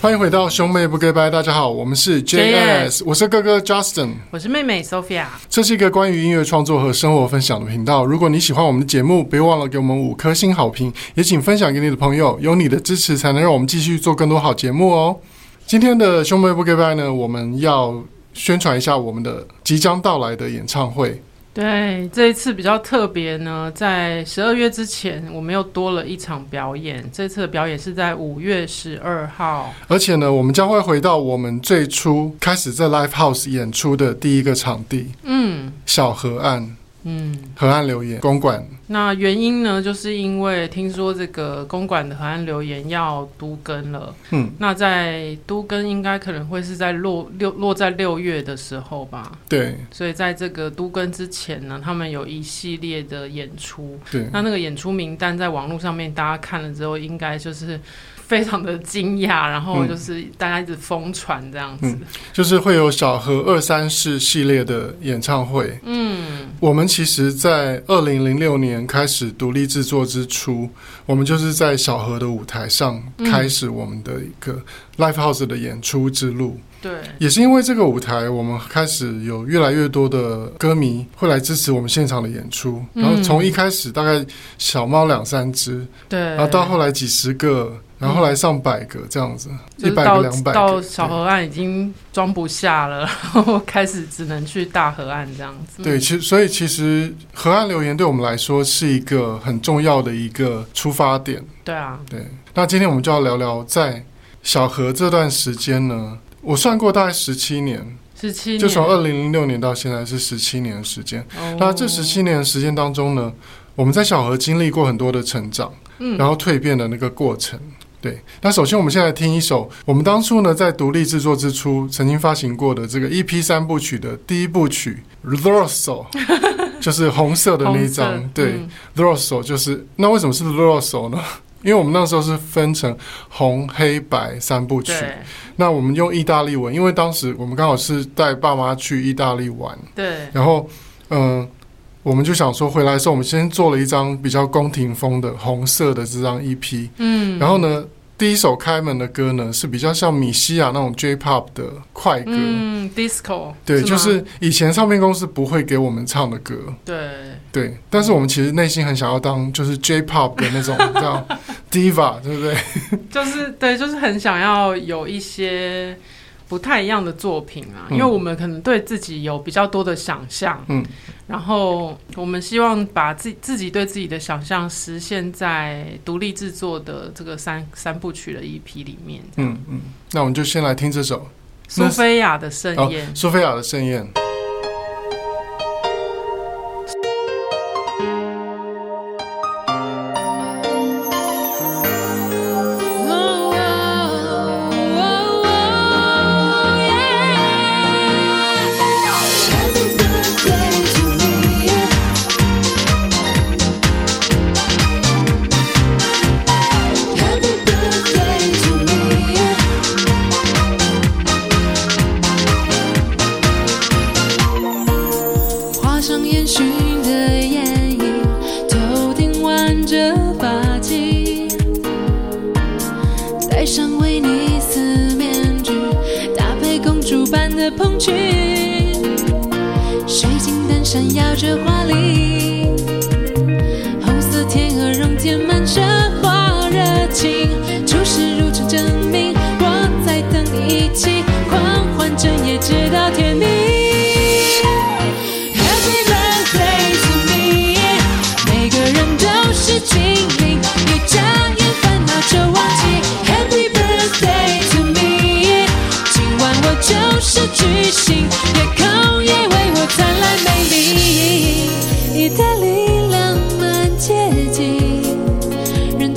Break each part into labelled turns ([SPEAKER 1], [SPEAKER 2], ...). [SPEAKER 1] 欢迎回到兄妹不 g 拜，大家好，我们是 JS，我是哥哥 Justin。
[SPEAKER 2] 我是妹妹 Sophia。
[SPEAKER 1] 这是一个关于音乐创作和生活分享的频道。如果你喜欢我们的节目，别忘了给我们五颗星好评，也请分享给你的朋友。有你的支持，才能让我们继续做更多好节目哦。今天的兄妹不 g 拜呢，我们要宣传一下我们的即将到来的演唱会。
[SPEAKER 2] 对，这一次比较特别呢，在十二月之前，我们又多了一场表演。这次的表演是在五月十二号，
[SPEAKER 1] 而且呢，我们将会回到我们最初开始在 Live House 演出的第一个场地
[SPEAKER 2] 嗯
[SPEAKER 1] ——小河岸
[SPEAKER 2] 嗯。
[SPEAKER 1] 河岸留言公馆。
[SPEAKER 2] 那原因呢，就是因为听说这个公馆的河岸留言要都更了，
[SPEAKER 1] 嗯，
[SPEAKER 2] 那在都更应该可能会是在落六落在六月的时候吧，
[SPEAKER 1] 对
[SPEAKER 2] 所以在这个都更之前呢，他们有一系列的演出，
[SPEAKER 1] 对，
[SPEAKER 2] 那那个演出名单在网络上面，大家看了之后，应该就是非常的惊讶， 然后就是大家一直疯传这样子。
[SPEAKER 1] 就是会有小河二三式系列的演唱会。
[SPEAKER 2] 嗯
[SPEAKER 1] 我们其实，在二零零六年开始独立制作之初，我们就是在小河的舞台上
[SPEAKER 2] 嗯
[SPEAKER 1] 开始我们的一个 live house 的演出之路。
[SPEAKER 2] 对，
[SPEAKER 1] 也是因为这个舞台，我们开始有越来越多的歌迷会来支持我们现场的演出。
[SPEAKER 2] 嗯
[SPEAKER 1] 然后从一开始大概小猫两三只，
[SPEAKER 2] 对，
[SPEAKER 1] 然后到后来几十个，然后后来上百个这样子，
[SPEAKER 2] 嗯就
[SPEAKER 1] 一
[SPEAKER 2] 是
[SPEAKER 1] 百
[SPEAKER 2] 到
[SPEAKER 1] 个、两百
[SPEAKER 2] 到
[SPEAKER 1] 个。
[SPEAKER 2] 小河岸已经装不下了， 然后开始只能去大河岸这样子。
[SPEAKER 1] 对，其所以其实河岸留言对我们来说是一个很重要的一个出发点。
[SPEAKER 2] 对啊，
[SPEAKER 1] 对，那今天我们就要聊聊在小河这段时间呢，我算过大概十七年，
[SPEAKER 2] 十七年，
[SPEAKER 1] 就从二零零六年到现在是十七年的时间。
[SPEAKER 2] 哦
[SPEAKER 1] 那这十七年的时间当中呢，我们在小河经历过很多的成长，
[SPEAKER 2] 嗯
[SPEAKER 1] 然后蜕变的那个过程。对，那首先我们现在听一首我们当初呢在独立制作之初曾经发行过的这个 EP 三部曲的第一部曲《The Rosso》，就是 红色的那一
[SPEAKER 2] 红色
[SPEAKER 1] 张。对，
[SPEAKER 2] 嗯
[SPEAKER 1] The Rosso》就是那为什么是 The Rosso》呢？ 因为我们那时候是分成红、黑、白三部曲。
[SPEAKER 2] 对
[SPEAKER 1] 那我们用意大利文，因为当时我们刚好是带爸妈去意大利玩，
[SPEAKER 2] 对
[SPEAKER 1] 然后，嗯、我们就想说回来的时候，我们先做了一张比较宫廷风的红色的这张 EP，、
[SPEAKER 2] 嗯，
[SPEAKER 1] 然后呢，第一首开门的歌呢是比较像米西亚那种 J-pop 的快歌，
[SPEAKER 2] 嗯，disco
[SPEAKER 1] 对，
[SPEAKER 2] 吗
[SPEAKER 1] 就是以前唱片公司不会给我们唱的歌，
[SPEAKER 2] 对
[SPEAKER 1] 对，但是我们其实内心很想要当就是 J-pop 的那 种这样 diva，对不对？
[SPEAKER 2] 就是对，就是很想要有一些不太一样的作品啊，
[SPEAKER 1] 嗯
[SPEAKER 2] 因为我们可能对自己有比较多的想象，
[SPEAKER 1] 嗯，
[SPEAKER 2] 然后我们希望把自己自己对自己的想象实现在独立制作的这个三三部曲的 EP 里面。
[SPEAKER 1] 嗯嗯，那我们就先来听这首
[SPEAKER 2] 苏菲亚的盛
[SPEAKER 1] 哦
[SPEAKER 2] 宴，
[SPEAKER 1] 苏菲亚的盛宴。
[SPEAKER 3] 画上烟熏的眼影，头顶挽着发髻，戴上威尼斯面具，搭配公主般的蓬裙，水晶灯闪耀着华丽，红色天鹅绒填满奢华热情，出世如常证明，我在等你一起狂欢整夜直到天明。Happy birthday to me！每个人都是精灵，一眨眼烦恼就忘记。Happy birthday to me！今晚我就是巨星，夜空也为我灿烂美丽。意大利浪漫街景，人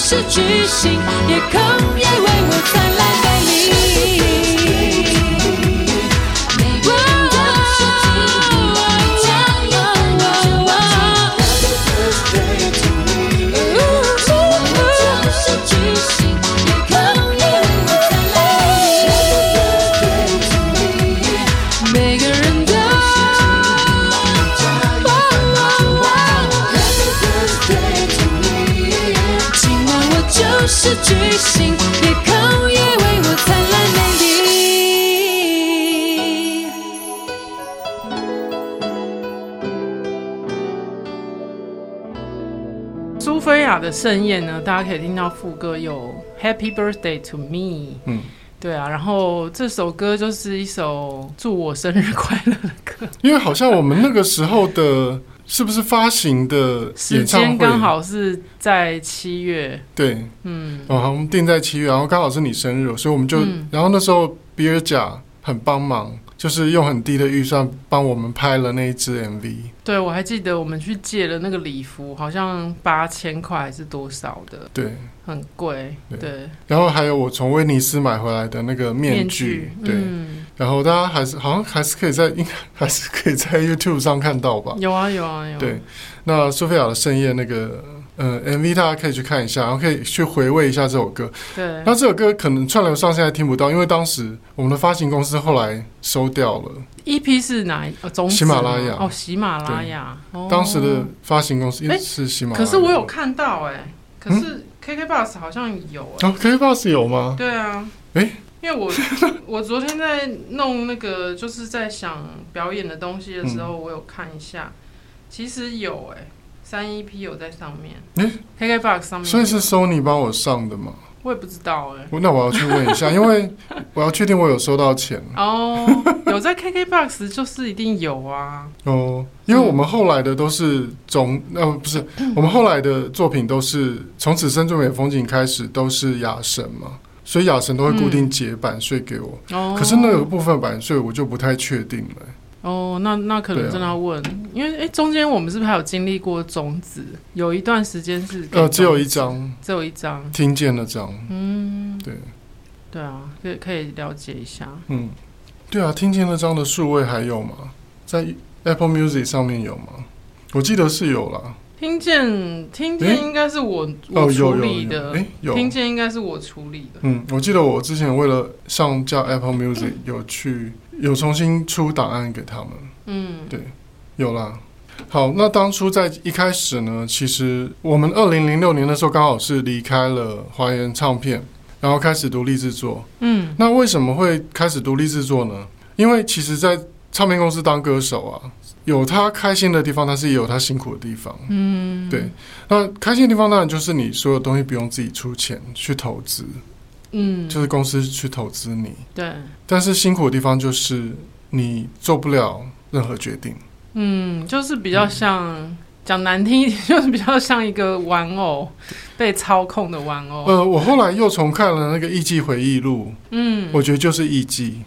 [SPEAKER 3] 是巨星，夜空也为我灿烂美丽。每个人都是精英，一张一份的奢望。就是巨星，夜空也为我灿烂美丽。每个人都。今晚我就是巨星，夜空也为我灿烂美丽。
[SPEAKER 2] 苏菲亚的盛宴呢，大家可以听到副歌有 Happy Birthday to Me，
[SPEAKER 1] 嗯，
[SPEAKER 2] 对啊，然后这首歌就是一首祝我生日快乐的歌，
[SPEAKER 1] 因为好像我们那个时候的，是不是发行的
[SPEAKER 2] 时
[SPEAKER 1] 演唱
[SPEAKER 2] 间
[SPEAKER 1] 会？
[SPEAKER 2] 刚好是在七月，
[SPEAKER 1] 对，
[SPEAKER 2] 嗯，
[SPEAKER 1] 哦，好我们定在七月，然后刚好是你生日，所以我们就，
[SPEAKER 2] 嗯
[SPEAKER 1] 然后那时候比尔贾很帮忙，就是用很低的预算帮我们拍了那一支 MV。
[SPEAKER 2] 对我还记得我们去借了那个礼服，好像八千块还是多少的，
[SPEAKER 1] 对，
[SPEAKER 2] 很贵，
[SPEAKER 1] 对
[SPEAKER 2] 对，
[SPEAKER 1] 然后还有我从威尼斯买回来的那个面具，对，
[SPEAKER 2] 嗯，
[SPEAKER 1] 然后大家还是好像还是可以在应该还是可以在 YouTube 上看到吧。
[SPEAKER 2] 有啊有啊有啊
[SPEAKER 1] 对，那苏菲亚的盛宴那个呃 MV 大家可以去看一下，然后可以去回味一下这首歌。
[SPEAKER 2] 对，
[SPEAKER 1] 那这首歌可能串流上现在听不到，因为当时我们的发行公司后来收掉了，
[SPEAKER 2] EP 是哪一？呃种子
[SPEAKER 1] 喜马拉雅
[SPEAKER 2] 吗哦，喜马拉雅。哦
[SPEAKER 1] 当时的发行公司
[SPEAKER 2] 诶
[SPEAKER 1] 是喜马拉雅。嗯
[SPEAKER 2] 可是我有看到哎、可是 KK Bus 好像有哎、
[SPEAKER 1] 啊，K Bus 有吗？
[SPEAKER 2] 对啊，
[SPEAKER 1] 诶
[SPEAKER 2] 因 为我我昨天在弄那个，就是在想表演的东西的时
[SPEAKER 1] 嗯
[SPEAKER 2] 候，我有看一下，其实有哎、三 EP 有在上面、
[SPEAKER 1] 诶
[SPEAKER 2] k k Box 上面有，
[SPEAKER 1] 所以是 Sony 帮我上的嘛？
[SPEAKER 2] 我也不知道哎、
[SPEAKER 1] 我那我要去问一 下，因为我要确定我有收到钱
[SPEAKER 2] 哦、有在 KK Box 就是一定有啊，
[SPEAKER 1] 哦。因为我们后来的都是总呃不 是，我们后来的作品都是从此生最美的风景开始都是雅神嘛，所以雅神都会固定结版税给我。
[SPEAKER 2] 哦、
[SPEAKER 1] 可是那个部分版税我就不太确定了。
[SPEAKER 2] 哦，那那可能
[SPEAKER 1] 对啊
[SPEAKER 2] 真的要问，因为哎、诶中间我们是不是还有经历过种子？有一段时间是
[SPEAKER 1] 呃，只有一
[SPEAKER 2] 张，
[SPEAKER 1] 张
[SPEAKER 2] 只有一张，
[SPEAKER 1] 听见那张，
[SPEAKER 2] 嗯，
[SPEAKER 1] 对
[SPEAKER 2] 对啊，可以可以了解一下。
[SPEAKER 1] 嗯，对啊，听见那张的数位还有吗？在 Apple Music 上面有吗？我记得是有啦。
[SPEAKER 2] 听见听
[SPEAKER 1] 诶
[SPEAKER 2] 见应该是我、
[SPEAKER 1] 哦，
[SPEAKER 2] 我处
[SPEAKER 1] 有有
[SPEAKER 2] 理
[SPEAKER 1] 有，
[SPEAKER 2] 的，
[SPEAKER 1] 哎，有。
[SPEAKER 2] 听见应该是我处理的，
[SPEAKER 1] 嗯，我记得我之前为了上架 Apple Music，有去有重新出档案给他们，
[SPEAKER 2] 嗯
[SPEAKER 1] 对有啦。好，那当初在一开始呢，其实我们二零零六年的时候刚好是离开了华研唱片，然后开始独立制作。
[SPEAKER 2] 嗯
[SPEAKER 1] 那为什么会开始独立制作呢？因为其实，在唱片公司当歌手啊，有他开心的地方，但是也有他辛苦的地方。
[SPEAKER 2] 嗯，
[SPEAKER 1] 对，那开心的地方当然就是你所有东西不用自己出钱去投资，
[SPEAKER 2] 嗯，
[SPEAKER 1] 就是公司去投资你。
[SPEAKER 2] 对，
[SPEAKER 1] 但是辛苦的地方就是你做不了任何决定。
[SPEAKER 2] 嗯，就是比较像。讲难听一点，就是比较像一个玩偶，被操控的玩偶。
[SPEAKER 1] 呃，我后来又重看了那个《艺伎回忆录》，
[SPEAKER 2] 嗯，
[SPEAKER 1] 我觉得就是艺伎。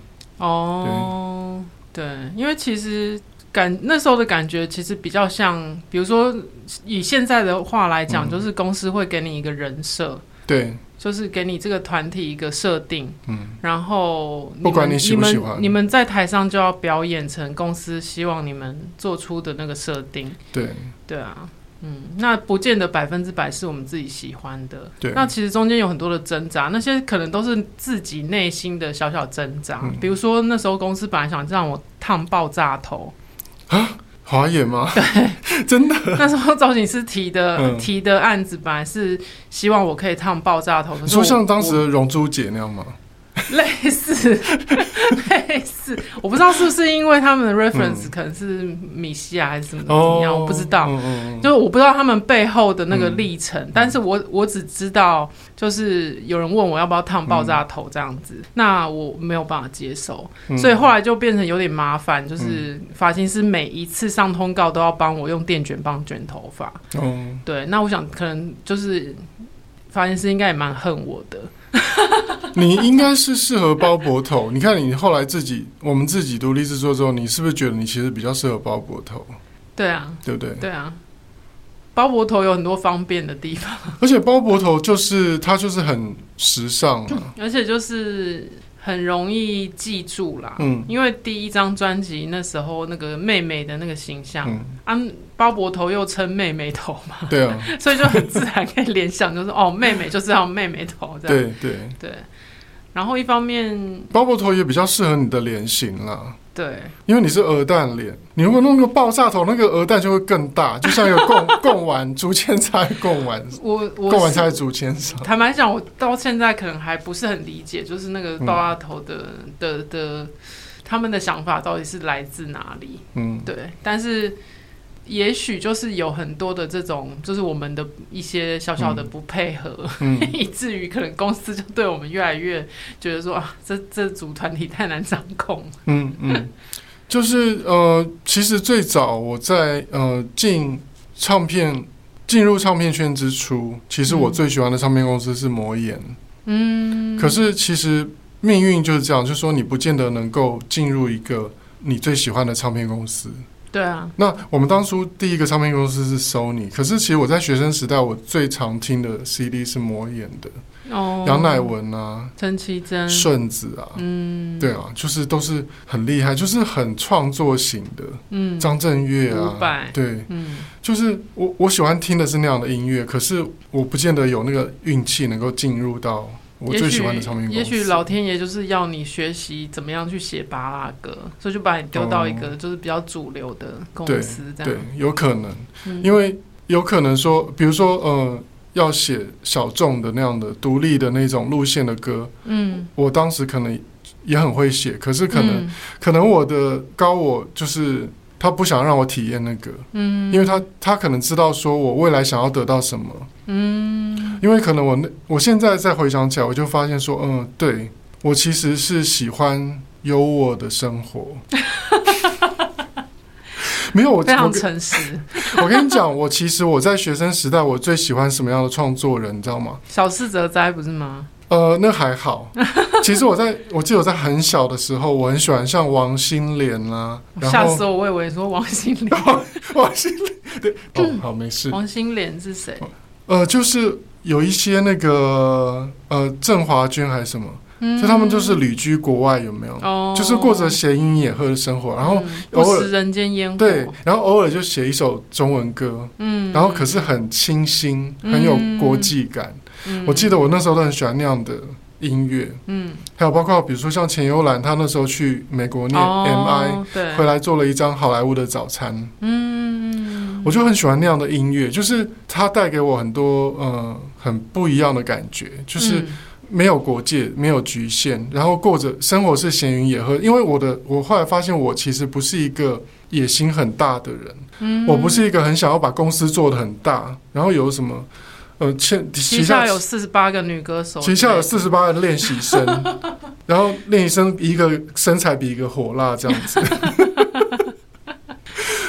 [SPEAKER 2] 哦，对，因为其实感那时候的感觉其实比较像，比如说以现在的话来讲，
[SPEAKER 1] 嗯
[SPEAKER 2] 就是公司会给你一个人设，
[SPEAKER 1] 对，
[SPEAKER 2] 就是给你这个团体一个设定，
[SPEAKER 1] 嗯，
[SPEAKER 2] 然后你
[SPEAKER 1] 不管
[SPEAKER 2] 们
[SPEAKER 1] 你喜不喜欢
[SPEAKER 2] 们你们在台上就要表演成公司希望你们做出的那个设定，
[SPEAKER 1] 对，
[SPEAKER 2] 对啊。嗯，那不见得百分之百是我们自己喜欢的。
[SPEAKER 1] 对
[SPEAKER 2] 那其实中间有很多的挣扎，那些可能都是自己内心的小小挣扎。
[SPEAKER 1] 嗯
[SPEAKER 2] 比如说那时候公司本来想让我烫爆炸 头，
[SPEAKER 1] 华研吗？真的，
[SPEAKER 2] 那时候造型师提的、
[SPEAKER 1] 嗯
[SPEAKER 2] 提的案子本来是希望我可以烫爆炸头，可
[SPEAKER 1] 你
[SPEAKER 2] 是我
[SPEAKER 1] 说像当时的容珠姐那样吗？
[SPEAKER 2] 我类 似类似，我不知道是不是因为他们的 reference、
[SPEAKER 1] 嗯
[SPEAKER 2] 可能是米西亚还是什么怎么样，我不知道。
[SPEAKER 1] 嗯嗯嗯
[SPEAKER 2] 就是我不知道他们背后的那个历程，
[SPEAKER 1] 嗯
[SPEAKER 2] 但是我我只知道，就是有人问我要不要烫爆炸头这样子，那我没有办法接受，
[SPEAKER 1] 嗯
[SPEAKER 2] 所以后来就变成有点麻烦，就是发型师每一次上通告都要帮我用电卷棒卷头发，
[SPEAKER 1] 嗯，
[SPEAKER 2] 对，那我想可能就是发型师应该也蛮恨我的，
[SPEAKER 1] 你应该是适合包脖头。你 看你后来自己，我们自己独立制作之后，你是不是觉得你其实比较适合包脖头？
[SPEAKER 2] 对啊，
[SPEAKER 1] 对不对？
[SPEAKER 2] 对啊，包脖头有很多方便的地方，
[SPEAKER 1] 而且包脖头就是它就是很时尚啊，
[SPEAKER 2] 而且就是很容易记住啦。
[SPEAKER 1] 嗯
[SPEAKER 2] 因为第一张专辑那时候那个妹妹的那个形象，
[SPEAKER 1] 嗯，
[SPEAKER 2] 啊，包脖头又称妹妹头嘛，
[SPEAKER 1] 对啊，
[SPEAKER 2] 所以就很自然可以联想，就是哦，妹妹就是要妹妹头这样。
[SPEAKER 1] 对对，
[SPEAKER 2] 对啊然后一方面
[SPEAKER 1] 包脖头也比较适合你的脸型啦。
[SPEAKER 2] 对，
[SPEAKER 1] 因为你是鹅蛋脸，你如果弄个爆炸头，那个鹅蛋就会更大，就像一个贡 贡丸竹签菜贡丸，
[SPEAKER 2] 我
[SPEAKER 1] 贡
[SPEAKER 2] 我
[SPEAKER 1] 丸
[SPEAKER 2] 是
[SPEAKER 1] 菜竹签上。
[SPEAKER 2] 坦白讲，我到现在可能还不是很理解，就是那个爆炸头的、的的他们的想法到底是来自哪里？
[SPEAKER 1] 嗯，
[SPEAKER 2] 对，但是也许就是有很多的这种，就是我们的一些小小的不配合，
[SPEAKER 1] 嗯
[SPEAKER 2] 以至于可能公司就对我们越来越觉得说啊，这这组团体太难掌控。
[SPEAKER 1] 嗯嗯，就是呃，其实最早我在呃进唱片进入唱片圈之初，其实我
[SPEAKER 2] 嗯
[SPEAKER 1] 最喜欢的唱片公司是魔岩，
[SPEAKER 2] 嗯，
[SPEAKER 1] 可是其实命运就是这样，就是说你不见得能够进入一个你最喜欢的唱片公司。
[SPEAKER 2] 对啊，
[SPEAKER 1] 那我们当初第一个唱片公司是 Sony，可是其实我在学生时代，我最常听的 CD 是魔眼的，
[SPEAKER 2] 哦，
[SPEAKER 1] 杨乃、文啊、
[SPEAKER 2] 陈绮贞，
[SPEAKER 1] 顺子啊，
[SPEAKER 2] 嗯，
[SPEAKER 1] 对，啊，就是都是很厉害，就是很创作型的，
[SPEAKER 2] 嗯，
[SPEAKER 1] 张震岳
[SPEAKER 2] 伍
[SPEAKER 1] 啊
[SPEAKER 2] 佰，
[SPEAKER 1] 对，
[SPEAKER 2] 嗯，
[SPEAKER 1] 就是我我喜欢听的是那样的音乐，可是我不见得有那个运气能够进入到我
[SPEAKER 2] 也
[SPEAKER 1] 最
[SPEAKER 2] 许
[SPEAKER 1] 喜欢的唱片公司。
[SPEAKER 2] 也许老天爷就是要你学习怎么样去写巴拉歌，所以就把你丢到一个就是比较主流的公
[SPEAKER 1] 对
[SPEAKER 2] 司这
[SPEAKER 1] 哦对
[SPEAKER 2] 样。，
[SPEAKER 1] 有可能。
[SPEAKER 2] 嗯
[SPEAKER 1] 因为有可能说，比如说呃，要写小众的那样的独立的那种路线的歌，
[SPEAKER 2] 嗯，
[SPEAKER 1] 我当时可能也很会写，可是可能、
[SPEAKER 2] 嗯
[SPEAKER 1] 可能我的高我就是他不想让我体验那个，
[SPEAKER 2] 嗯，
[SPEAKER 1] 因为他他可能知道说我未来想要得到什么，
[SPEAKER 2] 嗯
[SPEAKER 1] 因为可能我那我现在再回想起来，我就发现说，嗯，对我其实是喜欢优渥的生活。 没有我，我
[SPEAKER 2] 非常
[SPEAKER 1] 跟
[SPEAKER 2] 诚实，
[SPEAKER 1] 我跟你讲，我其实我在学生时代，我最喜欢什么样的创作人，你知道吗？
[SPEAKER 2] 小事则哉不是吗？
[SPEAKER 1] 呃，那还好。 其实我在我记得我在很小的时候，我很喜欢像王心凌啦、然
[SPEAKER 2] 吓
[SPEAKER 1] 后
[SPEAKER 2] 死我！我以为说王心凌，
[SPEAKER 1] 王心凌，对，
[SPEAKER 2] 嗯
[SPEAKER 1] 哦，好，没事。
[SPEAKER 2] 王心凌是谁？
[SPEAKER 1] 呃，就是有一些那个呃，郑华君还是什么，
[SPEAKER 2] 嗯
[SPEAKER 1] 就他们就是旅居国外，有没有？
[SPEAKER 2] 哦，
[SPEAKER 1] 就是过着闲云野鹤的生活，然后
[SPEAKER 2] 嗯
[SPEAKER 1] 偶
[SPEAKER 2] 不
[SPEAKER 1] 尔
[SPEAKER 2] 食人间烟火，
[SPEAKER 1] 对，然后偶尔就写一首中文歌，
[SPEAKER 2] 嗯，
[SPEAKER 1] 然后可是很清新，很有国际感。
[SPEAKER 2] 嗯
[SPEAKER 1] 我记得我那时候都很喜欢那样的音乐，
[SPEAKER 2] 嗯
[SPEAKER 1] 还有包括比如说像钱幽兰，她那时候去美国念 MI，、
[SPEAKER 2] 哦对，
[SPEAKER 1] 回来做了一张好莱坞的早餐，
[SPEAKER 2] 嗯，
[SPEAKER 1] 我就很喜欢那样的音乐，就是它带给我很多呃很不一样的感觉，就是
[SPEAKER 2] 嗯
[SPEAKER 1] 没有国界，没有局限，然后过着生活是闲云野鹤。因为我的我后来发现，我其实不是一个野心很大的人，
[SPEAKER 2] 嗯
[SPEAKER 1] 我不是一个很想要把公司做得很大，然后有什么呃欠
[SPEAKER 2] 旗下有四十八个女歌手，
[SPEAKER 1] 旗下有四十八个练习生， 然后练习生一个身材比一个火辣这样子，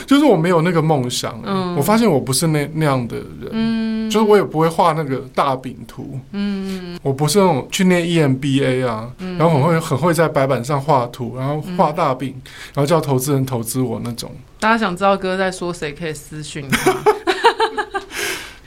[SPEAKER 1] 就是我没有那个梦想、
[SPEAKER 2] 嗯
[SPEAKER 1] 我发现我不是那那样的人，
[SPEAKER 2] 嗯，
[SPEAKER 1] 就是我也不会画那个大饼图，
[SPEAKER 2] 嗯，嗯
[SPEAKER 1] 我不是那种去念 E EMBA 啊，
[SPEAKER 2] 嗯
[SPEAKER 1] 然后很会很会在白板上画图，然后画大饼，然后叫投资人投资我那种。
[SPEAKER 2] 大家想知道哥在说谁，可以私讯他。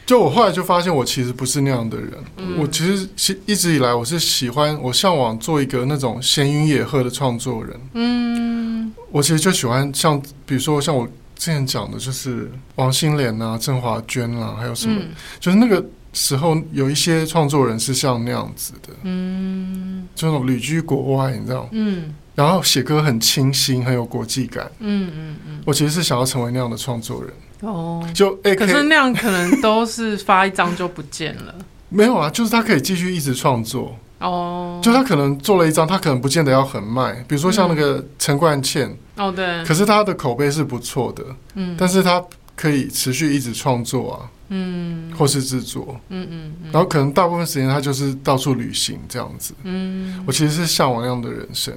[SPEAKER 1] 就我后来就发现，我其实不是那样的人。
[SPEAKER 2] 嗯
[SPEAKER 1] 我其实是一直以来我是喜欢，我向往做一个那种闲云野鹤的创作人。
[SPEAKER 2] 嗯
[SPEAKER 1] 我其实就喜欢像，比如说像我之前讲的，就是王心凌啊、郑华娟啊，还有什么，
[SPEAKER 2] 嗯
[SPEAKER 1] 就是那个时候有一些创作人是像那样子的，
[SPEAKER 2] 嗯
[SPEAKER 1] 就那种旅居国外，你知道吗，
[SPEAKER 2] 嗯
[SPEAKER 1] 然后写歌很清新，很有国际感。
[SPEAKER 2] 嗯嗯嗯，
[SPEAKER 1] 我其实是想要成为那样的创作人，
[SPEAKER 2] 哦。
[SPEAKER 1] 就 A
[SPEAKER 2] 可是
[SPEAKER 1] K
[SPEAKER 2] 那样可能都是发一张就不见了
[SPEAKER 1] 没有啊，就是他可以继续一直创作。
[SPEAKER 2] 哦，
[SPEAKER 1] 就他可能做了一张，他可能不见得要很卖，比如说像那个
[SPEAKER 2] 嗯
[SPEAKER 1] 陈冠茜，
[SPEAKER 2] 哦对，
[SPEAKER 1] 可是他的口碑是不错的，
[SPEAKER 2] 嗯
[SPEAKER 1] 但是他可以持续一直创作啊，
[SPEAKER 2] 嗯
[SPEAKER 1] 或是制作，
[SPEAKER 2] 嗯嗯嗯
[SPEAKER 1] 然后可能大部分时间他就是到处旅行这样子。
[SPEAKER 2] 嗯
[SPEAKER 1] 我其实是向往那样的人生。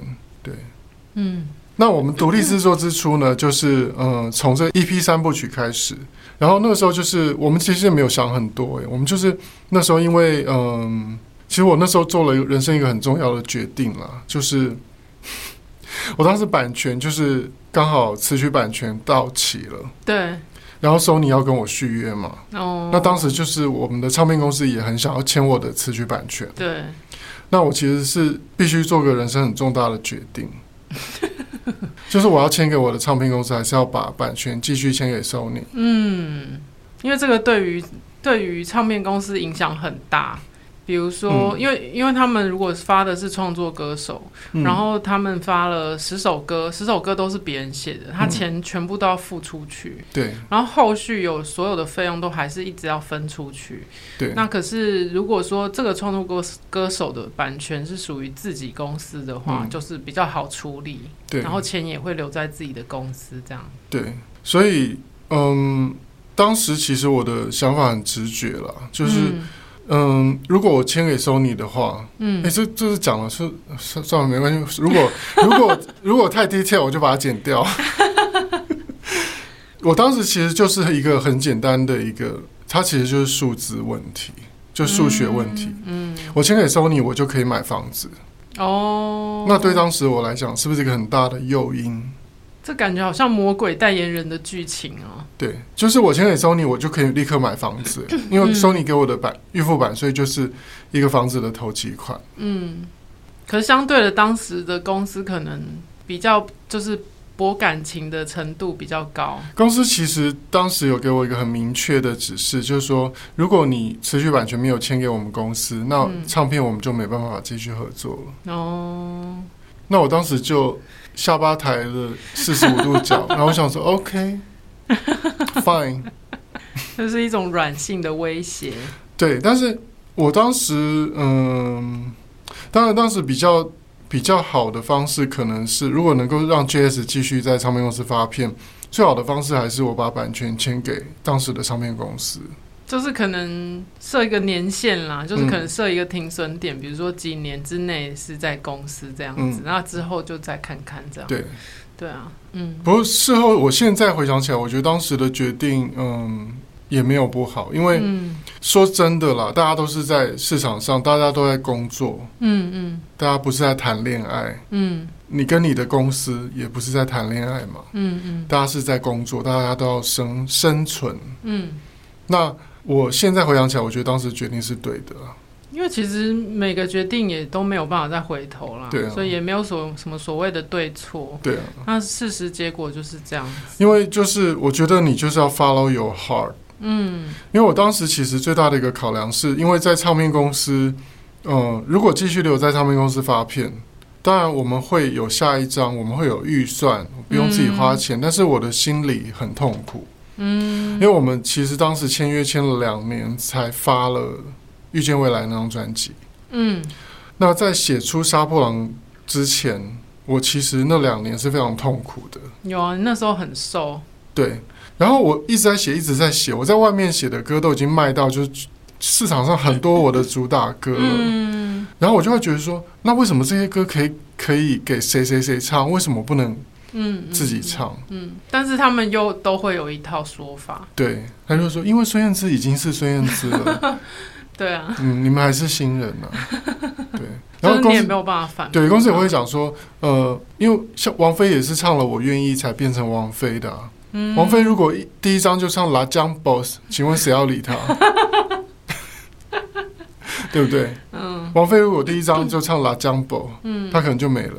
[SPEAKER 2] 嗯
[SPEAKER 1] 那我们独立制作之初呢，就是呃，从这 EP 三部曲开始，然后那个时候就是我们其实没有想很多、欸诶，我们就是那时候因为嗯、其实我那时候做了人生一个很重要的决定啦，就是 我当时版权就是刚好词曲版权到期了，
[SPEAKER 2] 对，
[SPEAKER 1] 然后 Sony 要跟我续约嘛，
[SPEAKER 2] 哦，
[SPEAKER 1] 那当时就是我们的唱片公司也很想要签我的词曲版权，
[SPEAKER 2] 对，
[SPEAKER 1] 那我其实是必须做个人生很重大的决 定，就是我要签给我的唱片公司，还是要把版权继续签给 Sony？
[SPEAKER 2] 嗯，因为这个对于对于唱片公司影响很大。比如说，
[SPEAKER 1] 嗯
[SPEAKER 2] 因为因为他们如果发的是创作歌手，
[SPEAKER 1] 嗯
[SPEAKER 2] 然后他们发了十首歌，十首歌都是别人写的，他
[SPEAKER 1] 嗯
[SPEAKER 2] 钱全部都要付出去，
[SPEAKER 1] 对
[SPEAKER 2] 然后后续有所有的费用都还是一直要分出去。
[SPEAKER 1] 对
[SPEAKER 2] 那可是如果说这个创作歌歌手的版权是属于自己公司的话，
[SPEAKER 1] 嗯
[SPEAKER 2] 就是比较好处理，
[SPEAKER 1] 对
[SPEAKER 2] 然后钱也会留在自己的公司这样。
[SPEAKER 1] 对，所以嗯，当时其实我的想法很直觉啦，就是嗯如果我签给 Sony 的话，
[SPEAKER 2] 嗯，
[SPEAKER 1] 哎、
[SPEAKER 2] 嗯
[SPEAKER 1] 这这是讲了，是算算了，没关系。如果 如果如果太 detail，我就把它剪掉。 我当时其实就是一个很简单的一个，它其实就是数字问题，就数学问题。
[SPEAKER 2] 嗯，嗯
[SPEAKER 1] 我签给 Sony，我就可以买房子。
[SPEAKER 2] 哦，
[SPEAKER 1] 那对当时我来讲，是不是一个很大的诱因？
[SPEAKER 2] 这感觉好像魔鬼代言人的剧情哦。
[SPEAKER 1] 对，就是我签给 Sony，我就可以立刻买房子，因为
[SPEAKER 2] 嗯
[SPEAKER 1] Sony 给我的版预付版税就是一个房子的头期款。
[SPEAKER 2] 嗯，可是相对的，当时的公司可能比较就是博感情的程度比较高。
[SPEAKER 1] 公司其实当时有给我一个很明确的指示，就是说，如果你持续版权没有签给我们公司，那
[SPEAKER 2] 嗯
[SPEAKER 1] 唱片我们就没办法继续合作了。
[SPEAKER 2] 哦，
[SPEAKER 1] 那我当时就下巴抬了四十五度角，然后我想说，OK，fine，、
[SPEAKER 2] 这是一种软性的威胁。
[SPEAKER 1] 对。但是我当时，嗯，当然当时比较比较好的方式，可能是如果能够让 JS 继续在唱片公司发片，最好的方式还是我把版权签给当时的唱片公司。
[SPEAKER 2] 就是可能设一个年限啦，就是
[SPEAKER 1] 嗯
[SPEAKER 2] 可能设一个停损点，比如说几年之内是在公司这样子，
[SPEAKER 1] 嗯
[SPEAKER 2] 那之后就再看看这样。
[SPEAKER 1] 对。
[SPEAKER 2] 对啊，嗯
[SPEAKER 1] 不过事后，我现在回想起来，我觉得当时的决定，嗯，也没有不好，因为
[SPEAKER 2] 嗯
[SPEAKER 1] 说真的啦，大家都是在市场上，大家都在工作，
[SPEAKER 2] 嗯嗯
[SPEAKER 1] 大家不是在谈恋爱。
[SPEAKER 2] 嗯
[SPEAKER 1] 你跟你的公司也不是在谈恋爱嘛，
[SPEAKER 2] 嗯嗯
[SPEAKER 1] 大家是在工作，大家都要生生存。
[SPEAKER 2] 嗯，
[SPEAKER 1] 那我现在回想起来，我觉得当时决定是对的啊。
[SPEAKER 2] 因为其实每个决定也都没有办法再回头啦，
[SPEAKER 1] 对啊
[SPEAKER 2] 所以也没有所什么所谓的对错，
[SPEAKER 1] 对啊，
[SPEAKER 2] 那事实结果就是这样子。
[SPEAKER 1] 因为就是我觉得你就是要 follow your heart。
[SPEAKER 2] 嗯
[SPEAKER 1] 因为我当时其实最大的一个考量是，因为在唱片公司，呃，如果继续留在唱片公司发片，当然我们会有下一张，我们会有预算，不用自己花钱，但是我的心里很痛苦，因
[SPEAKER 2] 嗯
[SPEAKER 1] 为我们其实当时签约签了两年，才发了《遇见未来》那张专辑。
[SPEAKER 2] 嗯
[SPEAKER 1] 那在写出《杀破狼》之前，我其实那两年是非常痛苦的，
[SPEAKER 2] 有啊，你那时候很瘦，
[SPEAKER 1] 对，然后我一直在写，一直在写，我在外面写的歌都已经卖到就是市场上很多我的主打歌了。
[SPEAKER 2] 嗯
[SPEAKER 1] 然后我就会觉得说，那为什么这些歌可以可以给谁谁谁唱，为什么不能
[SPEAKER 2] 嗯，
[SPEAKER 1] 自己
[SPEAKER 2] 嗯
[SPEAKER 1] 唱？
[SPEAKER 2] 嗯，但是他们又都会有一套说法，
[SPEAKER 1] 对，他就说，因为孙燕姿已经是孙燕姿 了，
[SPEAKER 2] 对啊，
[SPEAKER 1] 嗯，你们还是新人呢、 对，然
[SPEAKER 2] 就
[SPEAKER 1] 后
[SPEAKER 2] 是你
[SPEAKER 1] 公
[SPEAKER 2] 也
[SPEAKER 1] 司
[SPEAKER 2] 没有嗯办法反驳。
[SPEAKER 1] 对公司也会讲说，呃，因为像王菲也是唱了《我愿意》才变成王菲的啊、
[SPEAKER 2] 嗯
[SPEAKER 1] 王菲如果一第一张就唱《La j a m b o s 请问谁要理她？ 对不对？
[SPEAKER 2] 嗯
[SPEAKER 1] 王菲如果第一张就唱《La j a m b o
[SPEAKER 2] 嗯，
[SPEAKER 1] 她可能就没了，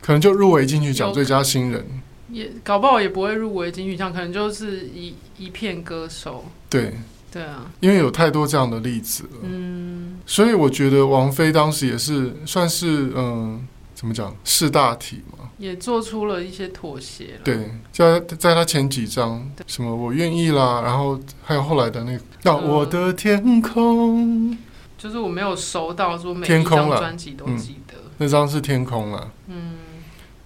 [SPEAKER 1] 可能就入围金曲奖
[SPEAKER 2] 有
[SPEAKER 1] 最佳新人。
[SPEAKER 2] 也搞不好也不会入围金曲奖，可能就是一一片歌手。
[SPEAKER 1] 对，
[SPEAKER 2] 对啊，
[SPEAKER 1] 因为有太多这样的例子了，
[SPEAKER 2] 嗯
[SPEAKER 1] 所以我觉得王菲当时也是算是嗯、怎么讲是大体嘛。
[SPEAKER 2] 也做出了一些妥协了。
[SPEAKER 1] 对，在在她前几张什么我愿意啦，然后还有后来的那个让
[SPEAKER 2] 嗯
[SPEAKER 1] 我的天空。
[SPEAKER 2] 就是我没有收到说每
[SPEAKER 1] 天
[SPEAKER 2] 一
[SPEAKER 1] 空
[SPEAKER 2] 张
[SPEAKER 1] 了
[SPEAKER 2] 专辑都
[SPEAKER 1] 嗯
[SPEAKER 2] 记得。
[SPEAKER 1] 那张是天空啦，
[SPEAKER 2] 嗯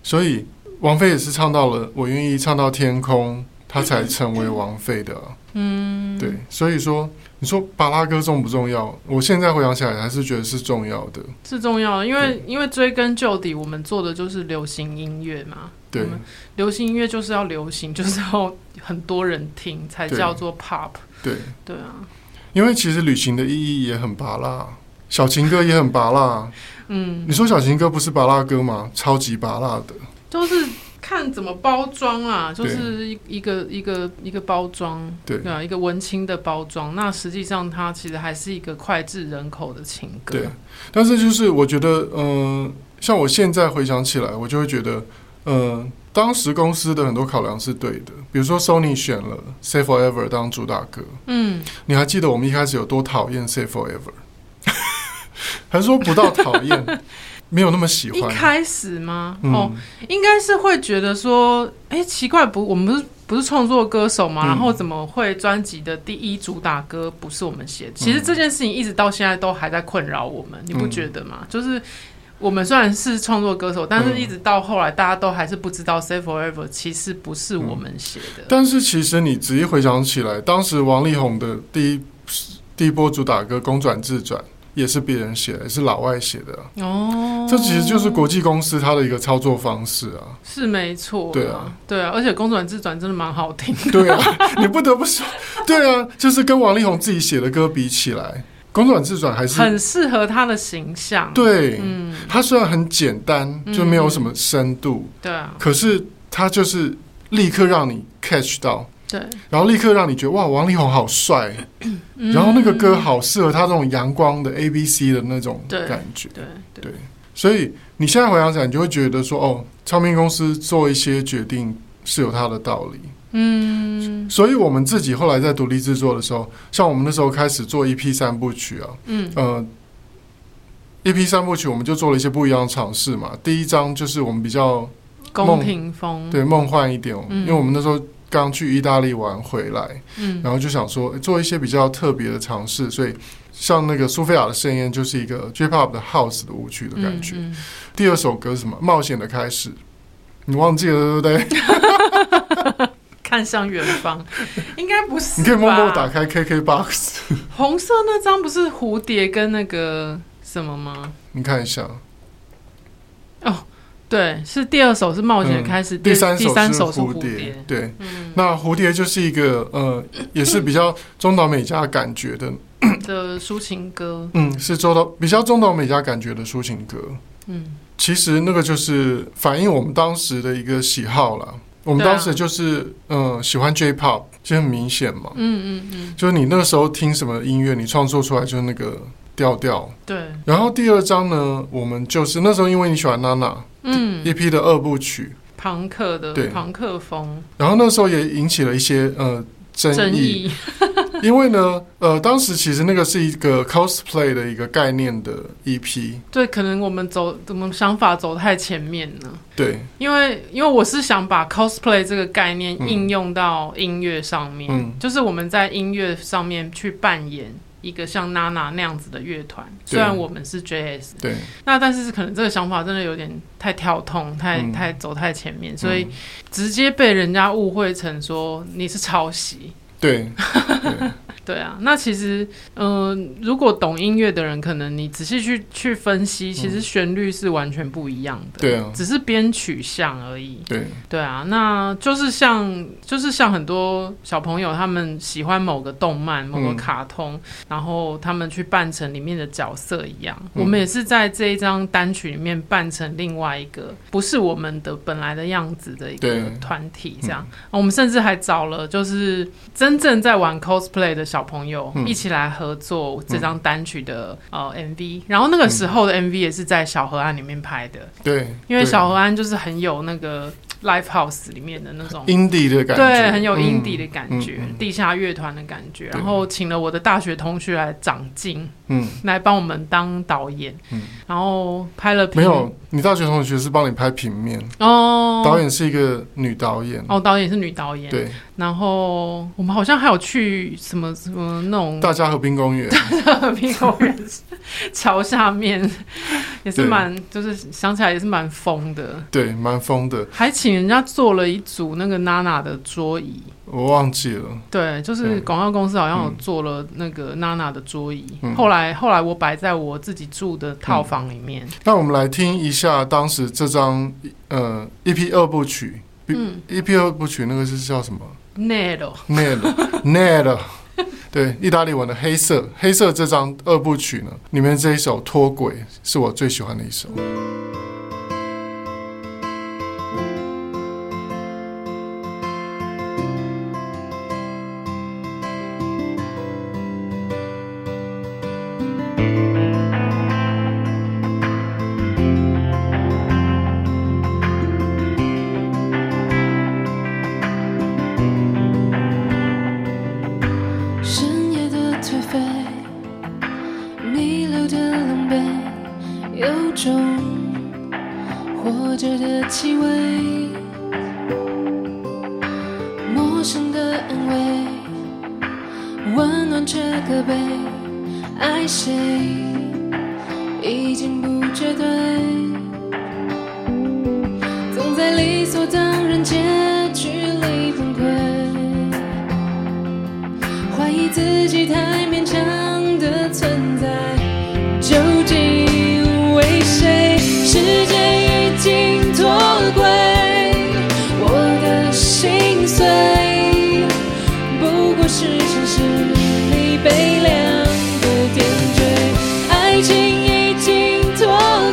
[SPEAKER 1] 所以王菲也是唱到了我愿意唱到天空，她才成为王菲的。
[SPEAKER 2] 嗯，
[SPEAKER 1] 对，所以说你说巴拉歌重不重要？我现在回想起来还是觉得是重要的。
[SPEAKER 2] 是重要的，因为因为追根究底，我们做的就是流行音乐嘛。
[SPEAKER 1] 对
[SPEAKER 2] 我们流行音乐就是要流行， 就是要很多人听才
[SPEAKER 1] 对
[SPEAKER 2] 叫做 pop。
[SPEAKER 1] 对，
[SPEAKER 2] 对啊，
[SPEAKER 1] 因为其实旅行的意义也很拔辣，小情歌也很拔辣。
[SPEAKER 2] 嗯
[SPEAKER 1] 你，说小情歌不是拔辣歌吗？超级拔辣的。
[SPEAKER 2] 就是看怎么包装啊，就
[SPEAKER 1] 对
[SPEAKER 2] 是一一个一个一个包装，
[SPEAKER 1] 对
[SPEAKER 2] 啊，一个文青的包装。那实际上它其实还是一个脍炙人口的情歌。
[SPEAKER 1] 对，但是就是我觉得，嗯、像我现在回想起来，我就会觉得，嗯、当时公司的很多考量是对的。比如说，Sony 选了《Say Forever》当主打歌，
[SPEAKER 2] 嗯，
[SPEAKER 1] 你还记得我们一开始有多讨厌《Say Forever》？还说不到讨 厌，没有那么喜
[SPEAKER 2] 一
[SPEAKER 1] 欢。
[SPEAKER 2] 开始吗？
[SPEAKER 1] 嗯
[SPEAKER 2] 哦，应该是会觉得说，哎、奇怪，不，我们不是不是创作歌手嘛，
[SPEAKER 1] 嗯
[SPEAKER 2] 然后怎么会专辑的第一主打歌不是我们写的？其实这件事情一直到现在都还在困扰我们，你不
[SPEAKER 1] 嗯
[SPEAKER 2] 觉得吗？就是我们虽然是创作歌手，但是
[SPEAKER 1] 嗯
[SPEAKER 2] 一直到后来，大家都还是不知道《Say Forever》其实不是我们写的。
[SPEAKER 1] 但是其实你仔细回想起来，当时王力宏的第一第一波主打歌《公转自转》也是别人写的，也是老外写的啊、
[SPEAKER 2] 哦，
[SPEAKER 1] 这其实就是国际公司它的一个操作方式啊。
[SPEAKER 2] 是没错，
[SPEAKER 1] 对啊，
[SPEAKER 2] 对啊，而且《公转自转》真的蛮好听的。
[SPEAKER 1] 对啊， 你不得不说，对啊，就是跟王力宏自己写的歌比起来，《公转自转》还是
[SPEAKER 2] 很适合他的形象，，
[SPEAKER 1] 对。
[SPEAKER 2] 嗯，
[SPEAKER 1] 它虽然很简单，就没有什么深度，
[SPEAKER 2] 对啊，
[SPEAKER 1] 可是它就是立刻让你 catch 到，
[SPEAKER 2] 对，
[SPEAKER 1] 然后立刻让你觉得哇，王力宏好帅，
[SPEAKER 2] 嗯
[SPEAKER 1] 然后那个歌好适合他这种阳光的 A B C 的那种
[SPEAKER 2] 对
[SPEAKER 1] 感觉。
[SPEAKER 2] 对对
[SPEAKER 1] 对所以你现在回想起来，你就会觉得说，哦，唱片公司做一些决定是有它的道理。
[SPEAKER 2] 嗯
[SPEAKER 1] 所以我们自己后来在独立制作的时候，像我们那时候开始做 EP 三部曲啊，
[SPEAKER 2] 嗯
[SPEAKER 1] 呃，EP 三部曲我们就做了一些不一样的尝试嘛。第一张就是我们比较
[SPEAKER 2] 宫廷风，
[SPEAKER 1] 对梦幻一点，
[SPEAKER 2] 嗯
[SPEAKER 1] 因为我们那时候刚去意大利玩回来，
[SPEAKER 2] 嗯，
[SPEAKER 1] 然后就想说诶做一些比较特别的尝试，所以像那个苏菲亚的盛宴就是一个 J-pop 的 House 的舞曲的感觉。
[SPEAKER 2] 嗯嗯
[SPEAKER 1] 第二首歌是什么？冒险的开始，你忘记了对不 对？
[SPEAKER 2] 看向远 方，应该不是吧，
[SPEAKER 1] 你可以默默打开 KKBOX，
[SPEAKER 2] 红色那张不是蝴蝶跟那个什么吗？
[SPEAKER 1] 你看一下。
[SPEAKER 2] 哦，对，是第二首是冒险的开始，
[SPEAKER 1] 嗯第三
[SPEAKER 2] 第
[SPEAKER 1] 首
[SPEAKER 2] 三
[SPEAKER 1] 是
[SPEAKER 2] 首是
[SPEAKER 1] 蝴
[SPEAKER 2] 蝶，
[SPEAKER 1] 对，
[SPEAKER 2] 嗯，
[SPEAKER 1] 那蝴蝶就是一个呃，也是比较中岛美嘉感觉的，
[SPEAKER 2] 的嗯抒情歌，
[SPEAKER 1] 嗯，是周岛比较中岛美嘉感觉的抒情歌。
[SPEAKER 2] 嗯
[SPEAKER 1] 其实那个就是反映我们当时的一个喜好啦。我们
[SPEAKER 2] 对啊
[SPEAKER 1] 当时就是嗯、呃喜欢 J-pop，就很明显嘛。
[SPEAKER 2] 啊嗯嗯嗯，
[SPEAKER 1] 就是你那个时候听什么音乐，你创作出来就是那个调调。
[SPEAKER 2] 对，
[SPEAKER 1] 然后第二张呢，我们就是那时候因为你喜欢娜娜
[SPEAKER 2] 嗯，
[SPEAKER 1] EP 的二部曲，
[SPEAKER 2] 朋克
[SPEAKER 1] 对
[SPEAKER 2] 的朋克风，
[SPEAKER 1] 然后那时候也引起了一些呃
[SPEAKER 2] 正义，
[SPEAKER 1] 因为呢，呃，当时其实那个是一个 cosplay 的一个概念的 E EP，
[SPEAKER 2] 对，可能我们走，我们想法走太前面了。
[SPEAKER 1] 对，
[SPEAKER 2] 因为因为我是想把 cosplay 这个概念
[SPEAKER 1] 嗯
[SPEAKER 2] 应用到音乐上面，
[SPEAKER 1] 嗯
[SPEAKER 2] 就是我们在音乐上面去扮演一个像娜娜那样子的乐团，
[SPEAKER 1] 对
[SPEAKER 2] 虽然我们是 JS，
[SPEAKER 1] 对，
[SPEAKER 2] 那但是可能这个想法真的有点太跳痛，太、
[SPEAKER 1] 嗯
[SPEAKER 2] 太走太前面，所以直接被人家误会成说你是抄袭。
[SPEAKER 1] 对，
[SPEAKER 2] 对啊，那其实，嗯、如果懂音乐的人，可能你仔细去去分析，其实旋律是完全不一样的，
[SPEAKER 1] 嗯对啊
[SPEAKER 2] 只是编曲像而已。
[SPEAKER 1] 对，
[SPEAKER 2] 对啊，那就是像就是像很多小朋友他们喜欢某个动漫、某个
[SPEAKER 1] 嗯
[SPEAKER 2] 卡通，然后他们去扮成里面的角色一样。
[SPEAKER 1] 嗯
[SPEAKER 2] 我们也是在这一张单曲里面扮成另外一个不是我们的本来的样子的一
[SPEAKER 1] 对
[SPEAKER 2] 个团体，这样、啊我们甚至还找了就是真正在玩 cosplay 的小朋友、
[SPEAKER 1] 嗯
[SPEAKER 2] 一起来合作这张单曲的、呃 MV，然后那个
[SPEAKER 1] 嗯
[SPEAKER 2] 时候的 MV 也是在小河岸里面拍的。
[SPEAKER 1] 对，
[SPEAKER 2] 因为
[SPEAKER 1] 对
[SPEAKER 2] 小河岸就是很有那个 live house 里面的那种，
[SPEAKER 1] indie 的感觉，
[SPEAKER 2] 对，很有
[SPEAKER 1] 嗯
[SPEAKER 2] indie 的感觉，
[SPEAKER 1] 嗯嗯
[SPEAKER 2] 地下乐团的感觉。
[SPEAKER 1] 对
[SPEAKER 2] 然后请了我的大学同学来长进，
[SPEAKER 1] 嗯，
[SPEAKER 2] 来帮我们当导演，
[SPEAKER 1] 嗯
[SPEAKER 2] 然后拍了
[SPEAKER 1] 没
[SPEAKER 2] 片
[SPEAKER 1] 有，你大学同学是帮你拍平面，
[SPEAKER 2] 哦，
[SPEAKER 1] 导演是一个女导演，
[SPEAKER 2] 哦，导演是女导演，
[SPEAKER 1] 对，
[SPEAKER 2] 然后我们好像还有去什么什么那种
[SPEAKER 1] 大家河滨公园，
[SPEAKER 2] 和平公园桥下面，也是
[SPEAKER 1] 对
[SPEAKER 2] 蛮就是想起来也是蛮疯的。
[SPEAKER 1] 对，蛮疯的，
[SPEAKER 2] 还请人家做了一组那个娜娜的桌椅，
[SPEAKER 1] 我忘记了，
[SPEAKER 2] 对，就是
[SPEAKER 1] 对
[SPEAKER 2] 广告公司好像有
[SPEAKER 1] 嗯
[SPEAKER 2] 做了那个娜娜的桌椅，
[SPEAKER 1] 嗯
[SPEAKER 2] 后来后来我摆在我自己住的套房里面，
[SPEAKER 1] 那我们来听一下当时这张呃 EP 二部曲，
[SPEAKER 2] 嗯
[SPEAKER 1] e p 二部曲那个是叫什么？
[SPEAKER 2] 那种
[SPEAKER 1] Nero Nero，对，意大利文的黑色，黑色这张二部曲呢，里面这一首《脱轨》是我最喜欢的一首。
[SPEAKER 4] Thank
[SPEAKER 3] 慰，陌生的安慰，温暖却可悲，爱谁已经不绝对，总在理所当然结局里崩溃。怀疑自己太勉强的存在，究竟为谁？世界已经脱轨，我的心碎不过是现实里悲凉的点缀，爱情已经脱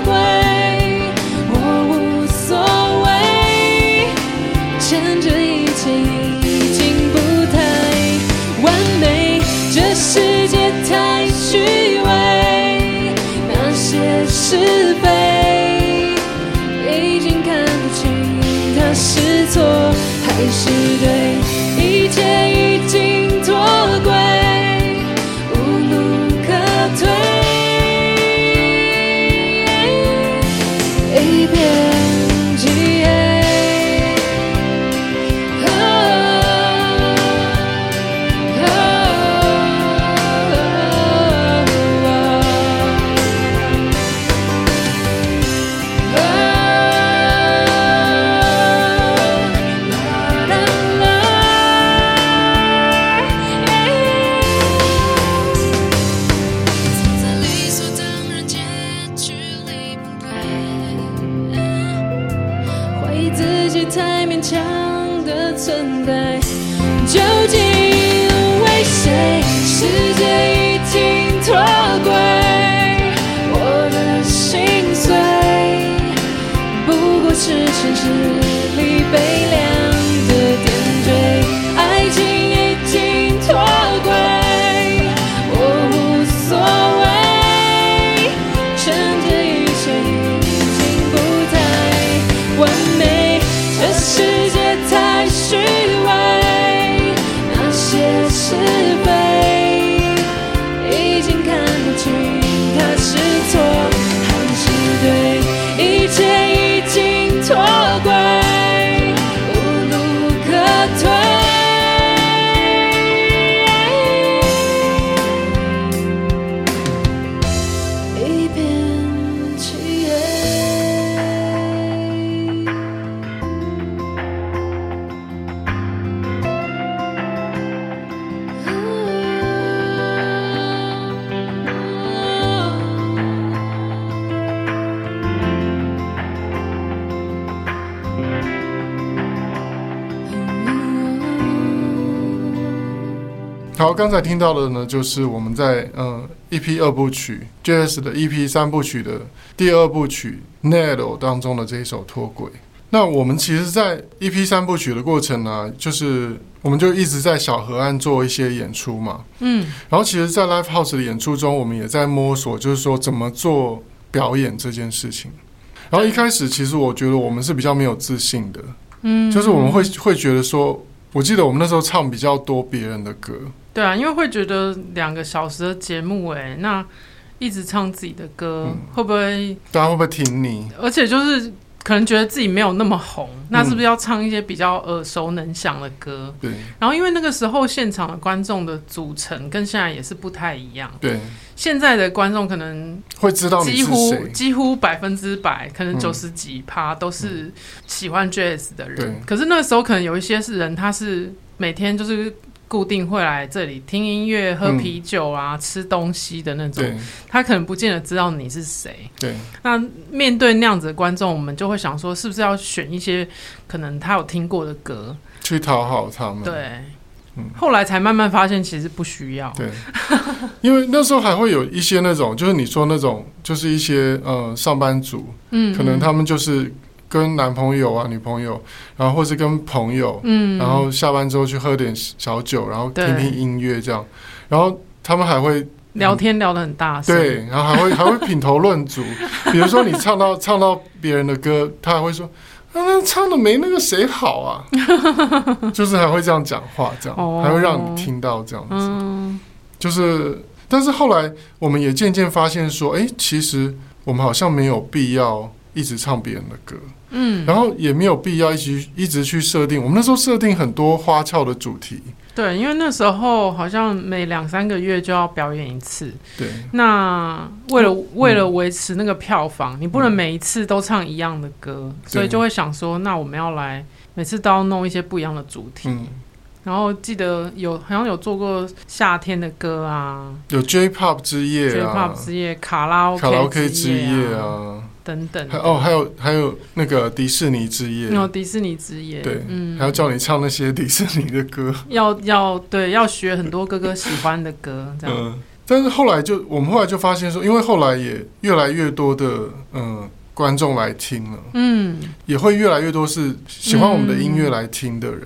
[SPEAKER 3] 轨，我无所谓。趁着一切已经不太完美，这世界太虚伪，那些是非已经看不清，它是错还是对，一切已经脱轨，无路可退。一片寂夜。总在理所当然结局里崩溃。怀疑自己太勉强的存在，究竟为谁？世界已经脱轨，我的心碎不过是现实里悲凉的点缀，爱情已经脱轨，我无所谓，趁着一切已经不太。完美，这世界太虚伪，那些是非已经看不清，它是错还是对，一切已经脱轨，无路可退。一片漆黑。
[SPEAKER 1] 好，刚才听到的呢，就是我们在呃 EP 二部曲 JS 的 EP 三部曲的第二部曲 Nero 当中的这一首《脱轨》。那我们其实，在 EP 三部曲的过程呢、就是我们就一直在小河岸做一些演出嘛。
[SPEAKER 2] 嗯，
[SPEAKER 1] 然后，其实，在 Live House 的演出中，我们也在摸索，就是说怎么做表演这件事情。然后一开始，其实我觉得我们是比较没有自信的，
[SPEAKER 2] 嗯，
[SPEAKER 1] 就是我们会会觉得说，我记得我们那时候唱比较多别人的歌，
[SPEAKER 2] 对啊，因为会觉得两个小时的节目、哎，那一直唱自己的歌，
[SPEAKER 1] 嗯
[SPEAKER 2] 会不会？
[SPEAKER 1] 大家会不会听你？
[SPEAKER 2] 而且就是可能觉得自己没有那么红，
[SPEAKER 1] 嗯
[SPEAKER 2] 那是不是要唱一些比较耳熟能详的歌？
[SPEAKER 1] 对
[SPEAKER 2] 然后因为那个时候现场的观众的组成跟现在也是不太一样，
[SPEAKER 1] 对，
[SPEAKER 2] 现在的观众可能
[SPEAKER 1] 会知道你
[SPEAKER 2] 几
[SPEAKER 1] 是
[SPEAKER 2] 乎
[SPEAKER 1] 谁。
[SPEAKER 2] 几乎百分之百，可能
[SPEAKER 1] 嗯
[SPEAKER 2] 九十几趴都是喜欢 jazz 的人。
[SPEAKER 1] 对
[SPEAKER 2] 可是那个时候可能有一些是人，他是每天就是固定会来这里听音乐、喝
[SPEAKER 1] 嗯
[SPEAKER 2] 啤酒啊、吃东西的那种，
[SPEAKER 1] 对
[SPEAKER 2] 他可能不见得知道你是谁。
[SPEAKER 1] 对，
[SPEAKER 2] 那面对那样子的观众，我们就会想说，是不是要选一些可能他有听过的歌？
[SPEAKER 1] 去讨好他们。
[SPEAKER 2] 对，
[SPEAKER 1] 嗯
[SPEAKER 2] 后来才慢慢发现，其实不需要。
[SPEAKER 1] 对，因为那时候还会有一些那种，就是你说那种，就是一些呃上班族，
[SPEAKER 2] 嗯，
[SPEAKER 1] 可能
[SPEAKER 2] 嗯
[SPEAKER 1] 他们就是跟男朋友啊、女朋友，然后或是跟朋友，
[SPEAKER 2] 嗯，
[SPEAKER 1] 然后下班之后去喝点小酒，然后听
[SPEAKER 2] 对
[SPEAKER 1] 听音乐这样，然后他们还会
[SPEAKER 2] 聊天聊得很大声。
[SPEAKER 1] 对，然后还会还会品头论足，比如说你唱到唱到别人的歌，他还会说。啊，那唱的没那个谁好 啊，就是还会这样讲话，这样、
[SPEAKER 2] 哦
[SPEAKER 1] 还会让你听到这样子。
[SPEAKER 2] 嗯，
[SPEAKER 1] 就是，但是后来我们也渐渐发现说，哎、其实我们好像没有必要一直唱别人的歌，
[SPEAKER 2] 嗯，
[SPEAKER 1] 然后也没有必要一直一直去设定。我们那时候设定很多花俏的主题，
[SPEAKER 2] 对，因为那时候好像每两三个月就要表演一次，
[SPEAKER 1] 对
[SPEAKER 2] 那为了、
[SPEAKER 1] 嗯
[SPEAKER 2] 为了维持那个票房，你不能每一次都唱一样的歌，所以就会想说，那我们要来每次都要弄一些不一样的主题。
[SPEAKER 1] 嗯，
[SPEAKER 2] 然后记得有好像有做过夏天的歌啊
[SPEAKER 1] 有 J-Pop 之夜啊
[SPEAKER 2] ，J-pop 之夜、卡拉 OK
[SPEAKER 1] 卡拉 OK 之夜
[SPEAKER 2] 啊
[SPEAKER 1] 啊，
[SPEAKER 2] 等等，
[SPEAKER 1] 还哦还有还有那个迪士尼之夜，
[SPEAKER 2] 有迪士尼之夜，
[SPEAKER 1] 对
[SPEAKER 2] 嗯，
[SPEAKER 1] 还要叫你唱那些迪士尼的 歌，
[SPEAKER 2] 要要对要学很多哥哥喜欢的歌，这样，
[SPEAKER 1] 嗯，但是后来就我们后来就发现说，因为后来也越来越多的嗯观众来听了，
[SPEAKER 2] 嗯
[SPEAKER 1] 也会越来越多是喜欢我们的音乐来听的人，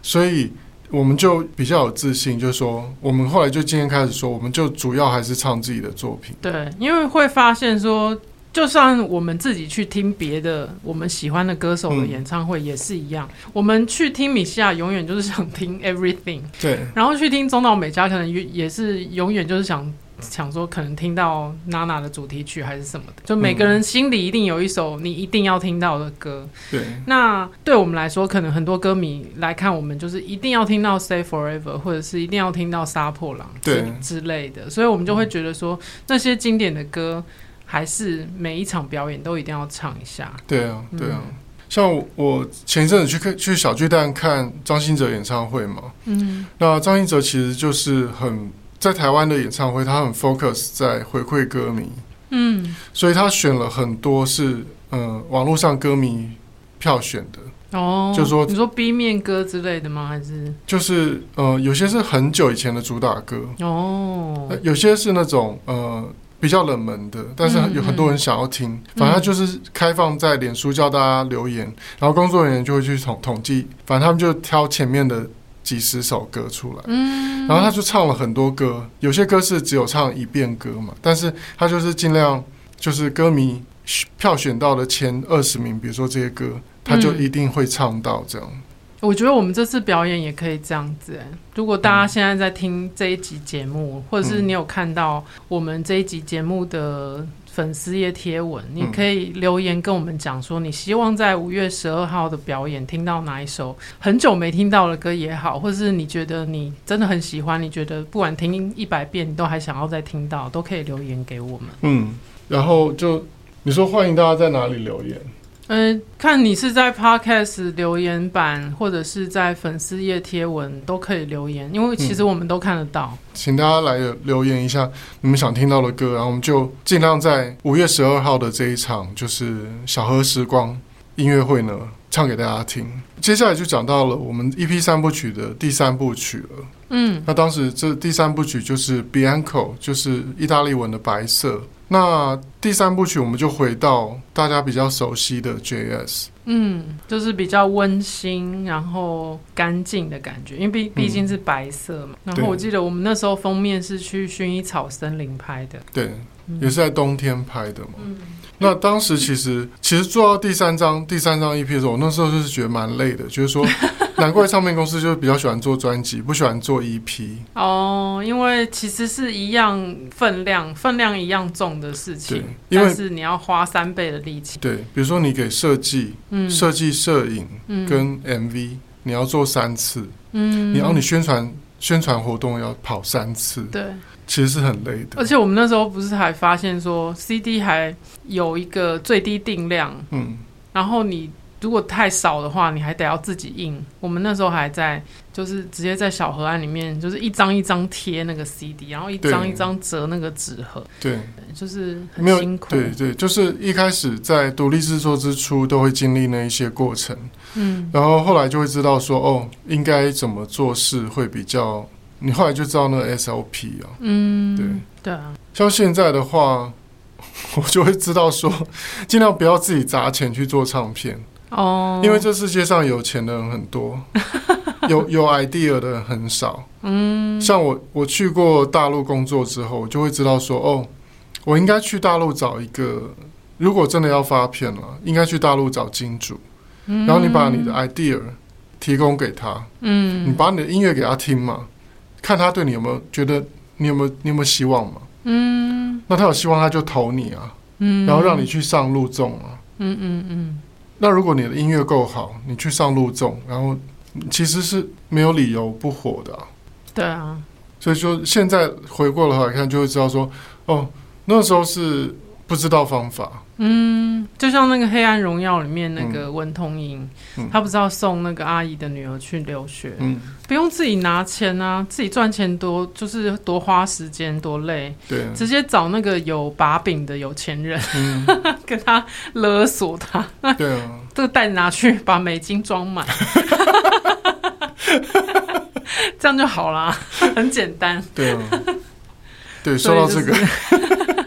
[SPEAKER 1] 所以我们就比较有自信，就是说我们后来就今天开始说，我们就主要还是唱自己的作品，
[SPEAKER 2] 对，因为会发现说，就算我们自己去听别的我们喜欢的歌手的
[SPEAKER 1] 嗯
[SPEAKER 2] 演唱会也是一样，我们去听米西亚永远就是想听 Everything，
[SPEAKER 1] 对
[SPEAKER 2] 然后去听中岛美嘉可能也也是永远就是想。想说可能听到娜娜的主题曲还是什么的，就每个人心里一定有一首你一定要听到的歌。
[SPEAKER 1] 对
[SPEAKER 2] 那对我们来说，可能很多歌迷来看我们，就是一定要听到《Stay Forever》，或者是一定要听到《杀破狼》之
[SPEAKER 1] 对
[SPEAKER 2] 之类的，所以我们就会觉得说，那些经典的歌，还是每一场表演都一定要唱一下。
[SPEAKER 1] 对啊对啊。
[SPEAKER 2] 嗯
[SPEAKER 1] 像我我前一阵子去看去小巨蛋看张信哲演唱会嘛，
[SPEAKER 2] 嗯，
[SPEAKER 1] 那张信哲其实就是很在台湾的演唱会，他很 focus 在回馈歌迷，
[SPEAKER 2] 嗯，
[SPEAKER 1] 所以他选了很多是嗯网络上歌迷票选的，
[SPEAKER 2] 哦，
[SPEAKER 1] 就说
[SPEAKER 2] 你说 B 面歌之类的吗？还是
[SPEAKER 1] 就是呃有些是很久以前的主打歌，
[SPEAKER 2] 哦
[SPEAKER 1] 呃，有些是那种呃比较冷门的，但是
[SPEAKER 2] 嗯
[SPEAKER 1] 有很多人想要听，反正他就是开放在脸书叫大家留言，然后工作人员就会去统统计，反正他们就挑前面的几十首歌出来。
[SPEAKER 2] 嗯，
[SPEAKER 1] 然后他就唱了很多歌，有些歌是只有唱一遍歌嘛，但是他就是尽量就是歌迷票选到的前二十名，比如说这些歌，他就
[SPEAKER 2] 嗯
[SPEAKER 1] 一定会唱到这样。
[SPEAKER 2] 我觉得我们这次表演也可以这样子、欸。如果大家现在在听这一集节目，或者是你有看到我们这一集节目的粉丝页贴文，你可以留言跟我们讲说，你希望在五月十二号的表演听到哪一首很久没听到的歌也好，或者是你觉得你真的很喜欢，你觉得不管听一百遍你都还想要再听到，都可以留言给我们。
[SPEAKER 1] 嗯，然后就你说欢迎大家在哪里留言？
[SPEAKER 2] 嗯，看你是在 Podcast 留言板，或者是在粉丝页贴文都可以留言，因为其实我们都看得到。
[SPEAKER 1] 请大家来留言一下你们想听到的歌，然后我们就尽量在五月十二号的这一场就是小河时光音乐会呢唱给大家听。接下来就讲到了我们 EP 三部曲的第三部曲了。
[SPEAKER 2] 嗯
[SPEAKER 1] 那当时这第三部曲就是 Bianco，就是意大利文的白色。那第三部曲我们就回到大家比较熟悉的 JS，
[SPEAKER 2] 嗯，就是比较温馨，然后干净的感觉，因为
[SPEAKER 1] 嗯
[SPEAKER 2] 毕毕竟是白色嘛。然后我记得我们那时候封面是去薰衣草森林拍的，
[SPEAKER 1] 对，
[SPEAKER 2] 嗯
[SPEAKER 1] 也是在冬天拍的嘛。
[SPEAKER 2] 嗯
[SPEAKER 1] 那当时其实其实做到第三张第三张 EP 的时候，我那时候就是觉得蛮累的，就是 说难怪唱片公司就是比较喜欢做专辑，不喜欢做 E EP。
[SPEAKER 2] 哦，因为其实是一样分量，分量一样重的事
[SPEAKER 1] 对
[SPEAKER 2] 情，，
[SPEAKER 1] 因
[SPEAKER 2] 但
[SPEAKER 1] 为
[SPEAKER 2] 是你要花三倍的力气。
[SPEAKER 1] 对，比如说你给设计、
[SPEAKER 2] 嗯，
[SPEAKER 1] 设计、摄影
[SPEAKER 2] 嗯
[SPEAKER 1] 跟 MV，你要做三次，
[SPEAKER 2] 嗯，
[SPEAKER 1] 你要你宣传宣传活动要跑三次，
[SPEAKER 2] 对。
[SPEAKER 1] 其实是很累的。
[SPEAKER 2] 而且我们那时候不是还发现说，CD 还有一个最低定量，
[SPEAKER 1] 嗯，
[SPEAKER 2] 然后你如果太少的话，你还得要自己印。我们那时候还在就是直接在小河岸里面，就是一张一张贴那个 CD，然后一张
[SPEAKER 1] 对
[SPEAKER 2] 一张折那个纸盒，
[SPEAKER 1] 对，
[SPEAKER 2] 就是很
[SPEAKER 1] 没有
[SPEAKER 2] 辛苦。
[SPEAKER 1] 对对，就是一开始在独立制作之初都会经历那一些过程，
[SPEAKER 2] 嗯，
[SPEAKER 1] 然后后来就会知道说，哦，应该怎么做事会比较，你后来就知道那个 SOP 啊。
[SPEAKER 2] 嗯，
[SPEAKER 1] 对
[SPEAKER 2] 对啊，
[SPEAKER 1] 像现在的话， 我就会知道说，尽量不要自己砸钱去做唱片，
[SPEAKER 2] 哦，
[SPEAKER 1] 因为这世界上有钱的人很多，有有 idea 的人很少。
[SPEAKER 2] 嗯，
[SPEAKER 1] 像我我去过大陆工作之后，我就会知道说，哦，我应该去大陆找一个，如果真的要发片了，应该去大陆找金主，然后你把你的 idea 提供给他，
[SPEAKER 2] 嗯，
[SPEAKER 1] 你把你的音乐给他听嘛，看他对你有没有觉得你有没有你有没有希望嘛？
[SPEAKER 2] 嗯
[SPEAKER 1] 那他有希望他就投你啊，
[SPEAKER 2] 嗯，
[SPEAKER 1] 然后让你去上路纵啊。
[SPEAKER 2] 嗯嗯嗯
[SPEAKER 1] 那如果你的音乐够好，你去上路纵，然后其实是没有理由不火的啊、
[SPEAKER 2] 对啊，
[SPEAKER 1] 所以说现在回过头来看，就会知道说，哦，那时候是不知道方法，
[SPEAKER 2] 嗯，就像那个《黑暗荣耀》里面那个文通英，
[SPEAKER 1] 嗯
[SPEAKER 2] 他不是要送那个阿姨的女儿去留学，
[SPEAKER 1] 嗯，
[SPEAKER 2] 不用自己拿钱啊，自己赚钱多就是多花时间多累，
[SPEAKER 1] 对，啊
[SPEAKER 2] 直接找那个有把柄的有钱人
[SPEAKER 1] 嗯，
[SPEAKER 2] 跟他勒索他，
[SPEAKER 1] 对啊，
[SPEAKER 2] 这个袋子拿去把美金装满， 这样就好啦，很简单。
[SPEAKER 1] 对 啊，对，
[SPEAKER 2] 所
[SPEAKER 1] 说到
[SPEAKER 2] 以就
[SPEAKER 1] 这
[SPEAKER 2] 是
[SPEAKER 1] 个，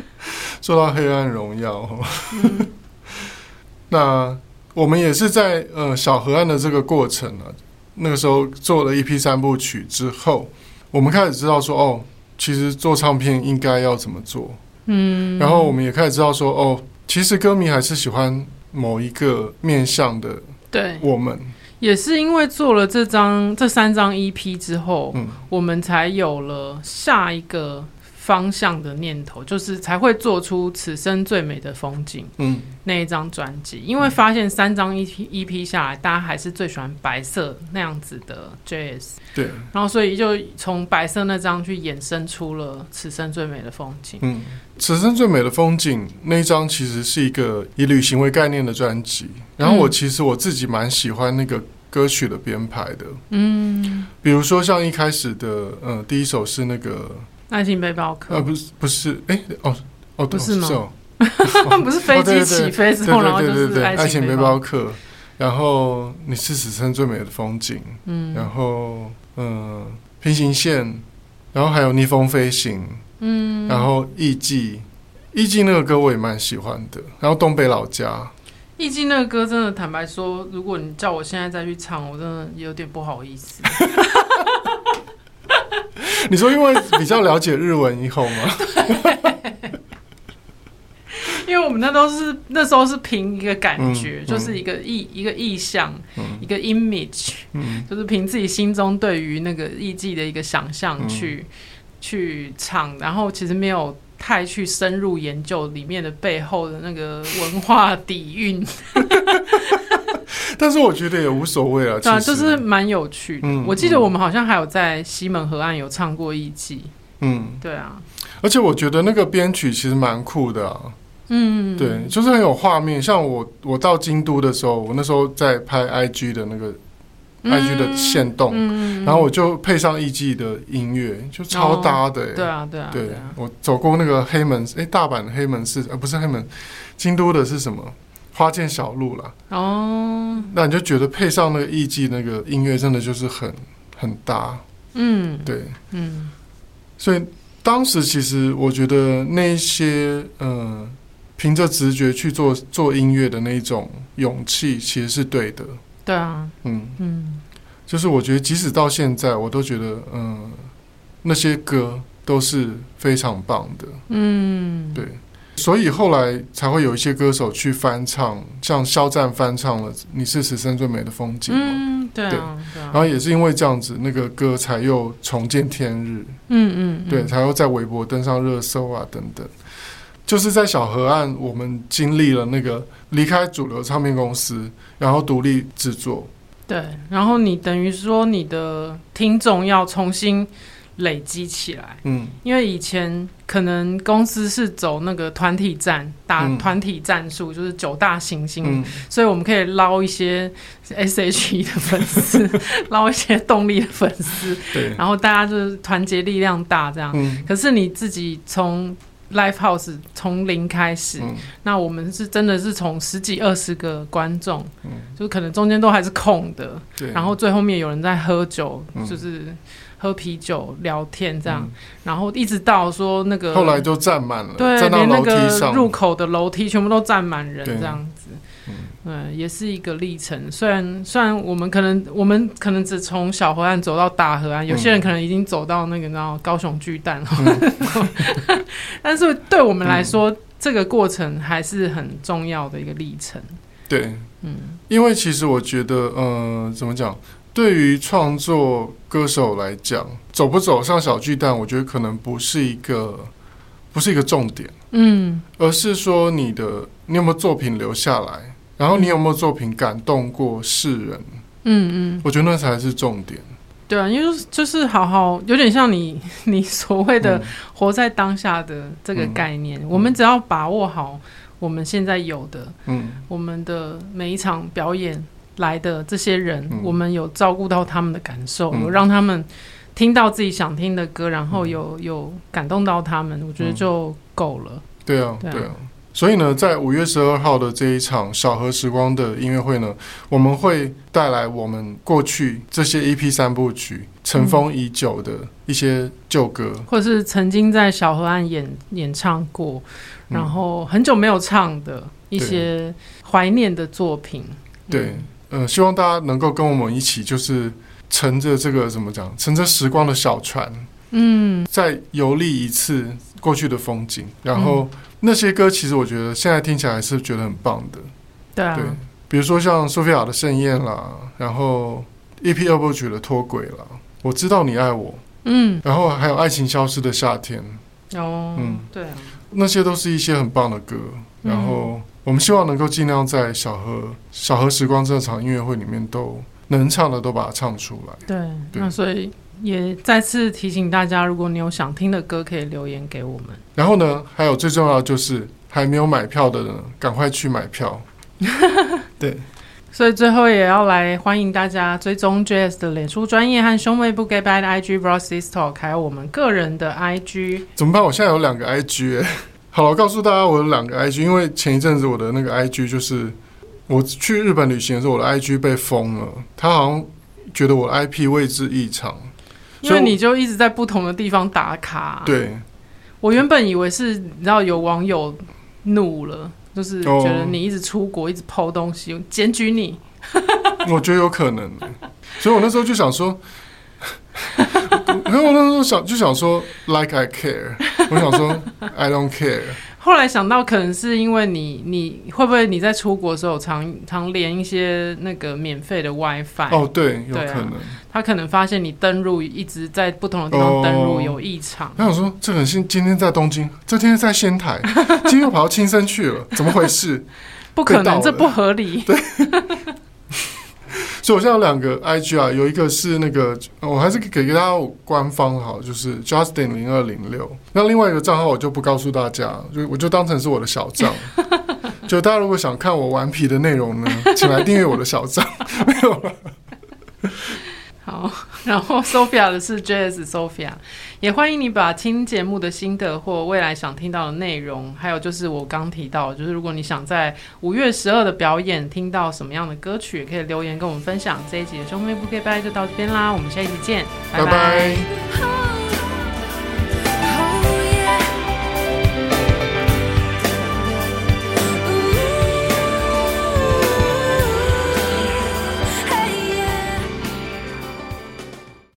[SPEAKER 1] 说到《黑暗荣耀》哦
[SPEAKER 2] 嗯
[SPEAKER 1] 那我们也是在呃小河岸的这个过程啊，那个时候做了一批三部曲之后，我们开始知道说，哦，其实做唱片应该要怎么做，
[SPEAKER 2] 嗯，
[SPEAKER 1] 然后我们也开始知道说，哦，其实歌迷还是喜欢某一个面向的
[SPEAKER 2] 对，
[SPEAKER 1] 我们，
[SPEAKER 2] 也是因为做了这张这三张 EP 之后，
[SPEAKER 1] 嗯
[SPEAKER 2] 我们才有了下一个方向的念头，就是才会做出《此生最美的风景》
[SPEAKER 1] 嗯，
[SPEAKER 2] 那一张专辑。因为发现三张 E EP EP 下来，大家还是最喜欢白色那样子的 Jazz，
[SPEAKER 1] 对，
[SPEAKER 2] 然后所以就从白色那张去衍生出了《此生最美的风景》。
[SPEAKER 1] 嗯，此生最美的风景那一张其实是一个以旅行为概念的专辑，然后我
[SPEAKER 2] 嗯
[SPEAKER 1] 其实我自己蛮喜欢那个歌曲的编排的，
[SPEAKER 2] 嗯，
[SPEAKER 1] 比如说像一开始的，呃，第一首是那个，
[SPEAKER 2] 爱情背包客、
[SPEAKER 1] 呃，不是不是，哎、哦哦，对，
[SPEAKER 2] 不是吗
[SPEAKER 1] 哦，
[SPEAKER 2] 不是飞
[SPEAKER 1] 哦
[SPEAKER 2] 机
[SPEAKER 1] 对对
[SPEAKER 2] 起飞
[SPEAKER 1] 对
[SPEAKER 2] 之后， 然后
[SPEAKER 1] 哦对
[SPEAKER 2] 就
[SPEAKER 1] 对对
[SPEAKER 2] 是
[SPEAKER 1] 对，爱
[SPEAKER 2] 情
[SPEAKER 1] 情
[SPEAKER 2] 背
[SPEAKER 1] 背
[SPEAKER 2] 包
[SPEAKER 1] 包
[SPEAKER 2] 客。
[SPEAKER 1] 客，然后你是此生最美的风景，
[SPEAKER 2] 嗯
[SPEAKER 1] 然后嗯、呃平行线，然后还有逆风飞行，
[SPEAKER 2] 嗯，
[SPEAKER 1] 然后艺妓，艺妓那个歌我也蛮喜欢的，然后东北老家。
[SPEAKER 2] 易经那个歌真的，坦白说，如果你叫我现在再去唱，我真的有点不好意思。
[SPEAKER 1] 你说因为比较了解日文以后 吗？
[SPEAKER 2] 因为我们那都是那时候是凭一个感觉，
[SPEAKER 1] 嗯
[SPEAKER 2] 就是一个意、一个意象，
[SPEAKER 1] 嗯
[SPEAKER 2] 一个 image，
[SPEAKER 1] 嗯
[SPEAKER 2] 就是凭自己心中对于那个艺伎的一个想象去、
[SPEAKER 1] 嗯
[SPEAKER 2] 去唱，然后其实没有太去深入研究里面的背后的那个文化底 蕴，
[SPEAKER 1] 但是我觉得也无所谓了。
[SPEAKER 2] 对啊，
[SPEAKER 1] 其实
[SPEAKER 2] 就是蛮有趣的。
[SPEAKER 1] 嗯
[SPEAKER 2] 我记得
[SPEAKER 1] 嗯
[SPEAKER 2] 我们好像还有在西门河岸有唱过艺伎，
[SPEAKER 1] 嗯，
[SPEAKER 2] 对啊，
[SPEAKER 1] 而且我觉得那个编曲其实蛮酷的啊。
[SPEAKER 2] 嗯，
[SPEAKER 1] 对，就是很有画面。像我我到京都的时候，我那时候在拍 IG 的那个 IG 的线动，
[SPEAKER 2] 嗯嗯嗯
[SPEAKER 1] 然后我就配上艺伎的音乐，就超搭的、欸
[SPEAKER 2] 对啊，对啊，
[SPEAKER 1] 对
[SPEAKER 2] 对啊，
[SPEAKER 1] 我走过那个黑门，哎，大阪的黑门市，呃，不是黑门，京都的是什么？花见小路啦。
[SPEAKER 2] 哦，
[SPEAKER 1] 那你就觉得配上那个艺伎那个音乐，真的就是很很搭。
[SPEAKER 2] 嗯，
[SPEAKER 1] 对，
[SPEAKER 2] 嗯，
[SPEAKER 1] 所以当时其实我觉得那一些呃，凭着直觉去做做音乐的那一种勇气，其实是对的。
[SPEAKER 2] 对啊，
[SPEAKER 1] 嗯，
[SPEAKER 2] 嗯，
[SPEAKER 1] 就是我觉得即使到现在，我都觉得嗯、呃那些歌都是非常棒的。
[SPEAKER 2] 嗯，
[SPEAKER 1] 对，所以后来才会有一些歌手去翻唱，像肖战翻唱了《你是此生最美的风景》嘛。
[SPEAKER 2] 嗯，对啊，对啊
[SPEAKER 1] 然，后也是因为这样子，那个歌才又重见天日。
[SPEAKER 2] 嗯嗯，
[SPEAKER 1] 对，
[SPEAKER 2] 嗯，
[SPEAKER 1] 才会在微博登上热搜啊等等。就是在小河岸，我们经历了那个离开主流唱片公司，然后独立制作。
[SPEAKER 2] 对，然后你等于说你的听众要重新累积起来，
[SPEAKER 1] 嗯
[SPEAKER 2] 因为以前可能公司是走那个团体战，打
[SPEAKER 1] 嗯
[SPEAKER 2] 团体战术，就是九大行星
[SPEAKER 1] 嗯，
[SPEAKER 2] 所以我们可以捞一些 SHE 的粉 丝，捞一些动力的粉丝，
[SPEAKER 1] 对，
[SPEAKER 2] 然后大家就是团结力量大这样。
[SPEAKER 1] 嗯
[SPEAKER 2] 可是你自己从 Live House 从零开始，
[SPEAKER 1] 嗯
[SPEAKER 2] 那我们是真的是从十几二十个观众，
[SPEAKER 1] 嗯，
[SPEAKER 2] 就可能中间都还是空的，
[SPEAKER 1] 对。
[SPEAKER 2] 然后最后面有人在喝酒，
[SPEAKER 1] 嗯
[SPEAKER 2] 就是喝啤酒聊天这样，然后一直到说那
[SPEAKER 1] 嗯
[SPEAKER 2] 个
[SPEAKER 1] 后来就站满了，
[SPEAKER 2] 对，
[SPEAKER 1] 站到
[SPEAKER 2] 连那
[SPEAKER 1] 楼梯
[SPEAKER 2] 个
[SPEAKER 1] 上。
[SPEAKER 2] 入口的楼梯全部都站满人
[SPEAKER 1] 对
[SPEAKER 2] 这样子。
[SPEAKER 1] 嗯
[SPEAKER 2] 嗯，也是一个历程。虽然虽然我们可能我们可能只从小河岸走到大河岸，有些
[SPEAKER 1] 嗯
[SPEAKER 2] 人可能已经走到那个然后高雄巨蛋了，
[SPEAKER 1] 嗯
[SPEAKER 2] 但是对我们来说，这个过程还是很重要的一个历程。
[SPEAKER 1] 对，
[SPEAKER 2] 嗯
[SPEAKER 1] 因为其实我觉得，呃，怎么讲？对于创作歌手来讲，走不走上小巨蛋，我觉得可能不是一个不是一个重点。
[SPEAKER 2] 嗯
[SPEAKER 1] 而是说你的你有没有作品留下来，然后你有没有作品感动过世人？
[SPEAKER 2] 嗯嗯，
[SPEAKER 1] 我觉得那才是重点。
[SPEAKER 2] 对啊，因为就是好好，有点像你你所谓
[SPEAKER 1] 嗯
[SPEAKER 2] 的活在当下的这个概念，我们只要把握好我们现在有的，
[SPEAKER 1] 嗯，
[SPEAKER 2] 我们的每一场表演来的这些人，
[SPEAKER 1] 嗯
[SPEAKER 2] 我们有照顾到他们的感受，
[SPEAKER 1] 嗯
[SPEAKER 2] 有让他们听到自己想听的歌，然后有有感动到他们，我觉得
[SPEAKER 1] 嗯
[SPEAKER 2] 就够了。
[SPEAKER 1] 对啊，
[SPEAKER 2] 对啊
[SPEAKER 1] 对啊。所以呢，在五月十二号的这一场小河时光的音乐会呢，我们会带来我们过去这些 EP 三部曲尘封已久的一些旧歌，
[SPEAKER 2] 或是曾经在小河岸演演唱过，
[SPEAKER 1] 嗯
[SPEAKER 2] 然后很久没有唱的一些怀念的作品。
[SPEAKER 1] 对，呃，希望大家能够跟我们一起，就是乘着这个怎么讲，乘着时光的小船，
[SPEAKER 2] 嗯，
[SPEAKER 1] 再游历一次过去的风景。然后
[SPEAKER 2] 嗯
[SPEAKER 1] 那些歌，其实我觉得现在听起来还是觉得很棒的。
[SPEAKER 2] 对啊
[SPEAKER 1] 对，，比如说像苏菲亚的盛宴啦，然后 EP 二部曲的脱轨啦，我知道你爱我，
[SPEAKER 2] 嗯，
[SPEAKER 1] 然后还有爱情消失的夏天，
[SPEAKER 2] 哦，
[SPEAKER 1] 嗯
[SPEAKER 2] 对啊，
[SPEAKER 1] 那些都是一些很棒的歌。
[SPEAKER 2] 嗯
[SPEAKER 1] 然后我们希望能够尽量在小河小河时光这场音乐会里面都能唱的都把它唱出来。
[SPEAKER 2] 对，
[SPEAKER 1] 对
[SPEAKER 2] 那所以也再次提醒大家，如果你有想听的歌，可以留言给我们。
[SPEAKER 1] 然后呢，还有最重要的就是还没有买票的呢，赶快去买票。
[SPEAKER 2] 所以最后也要来欢迎大家追踪 JS 的脸书专业和兄妹不 gay bye 的 IG b r o s i s Talk，还有我们个人的 IG。
[SPEAKER 1] 怎么办？我现在有两个 IG、欸。 好了，我告诉大家，我有两个 IG，因为前一阵子我的那个 IG 就是我去日本旅行的时候，我的 IG 被封了，他好像觉得我的 IP 位置异常。
[SPEAKER 2] 因
[SPEAKER 1] 所
[SPEAKER 2] 为
[SPEAKER 1] 以我
[SPEAKER 2] 你就一直在不同的地方打卡，，啊
[SPEAKER 1] 对，
[SPEAKER 2] 我原本以为是你知道有网友怒了，就是
[SPEAKER 1] 哦
[SPEAKER 2] 觉得你一直出国，一直抛东西，检举你。
[SPEAKER 1] 我觉得有可能欸、所以我那时候就想说， 可是我那时候想就想说，like I care，我想说 I don't care。
[SPEAKER 2] 后来想到，可能是因为你，你会不会你在出国的时候常常连一些那个免费的 WiFi？、
[SPEAKER 1] 哦，对，有
[SPEAKER 2] 对啊
[SPEAKER 1] 可能。
[SPEAKER 2] 他可能发现你登录一直在不同的地方登录
[SPEAKER 1] 哦
[SPEAKER 2] 有异常。
[SPEAKER 1] 他想说，这个人今今天在东京，这天在仙台，今天又跑到青森去了，怎么回事？
[SPEAKER 2] 不可
[SPEAKER 1] 被盗
[SPEAKER 2] 能，
[SPEAKER 1] 了
[SPEAKER 2] 这不合理。
[SPEAKER 1] 所以我现在有两个 IG 啊，有一个是那个，呃我还是给给大家官方好，就是 Justin 零二零六。那另外一个账号我就不告诉大家，就我就当成是我的小账。就大家如果想看我顽皮的内容呢，请来订阅我的小账。没有了，
[SPEAKER 2] 好，然后 Sophia 的是 JS Sophia，也欢迎你把听节目的心得或未来想听到的内容，还有就是我刚提到，就是如果你想在五月十二的表演听到什么样的歌曲，也可以留言跟我们分享。这一集的兄妹不 g o 就到这边啦，我们下一集见，
[SPEAKER 1] 拜
[SPEAKER 2] 拜
[SPEAKER 1] 拜。
[SPEAKER 3] Oh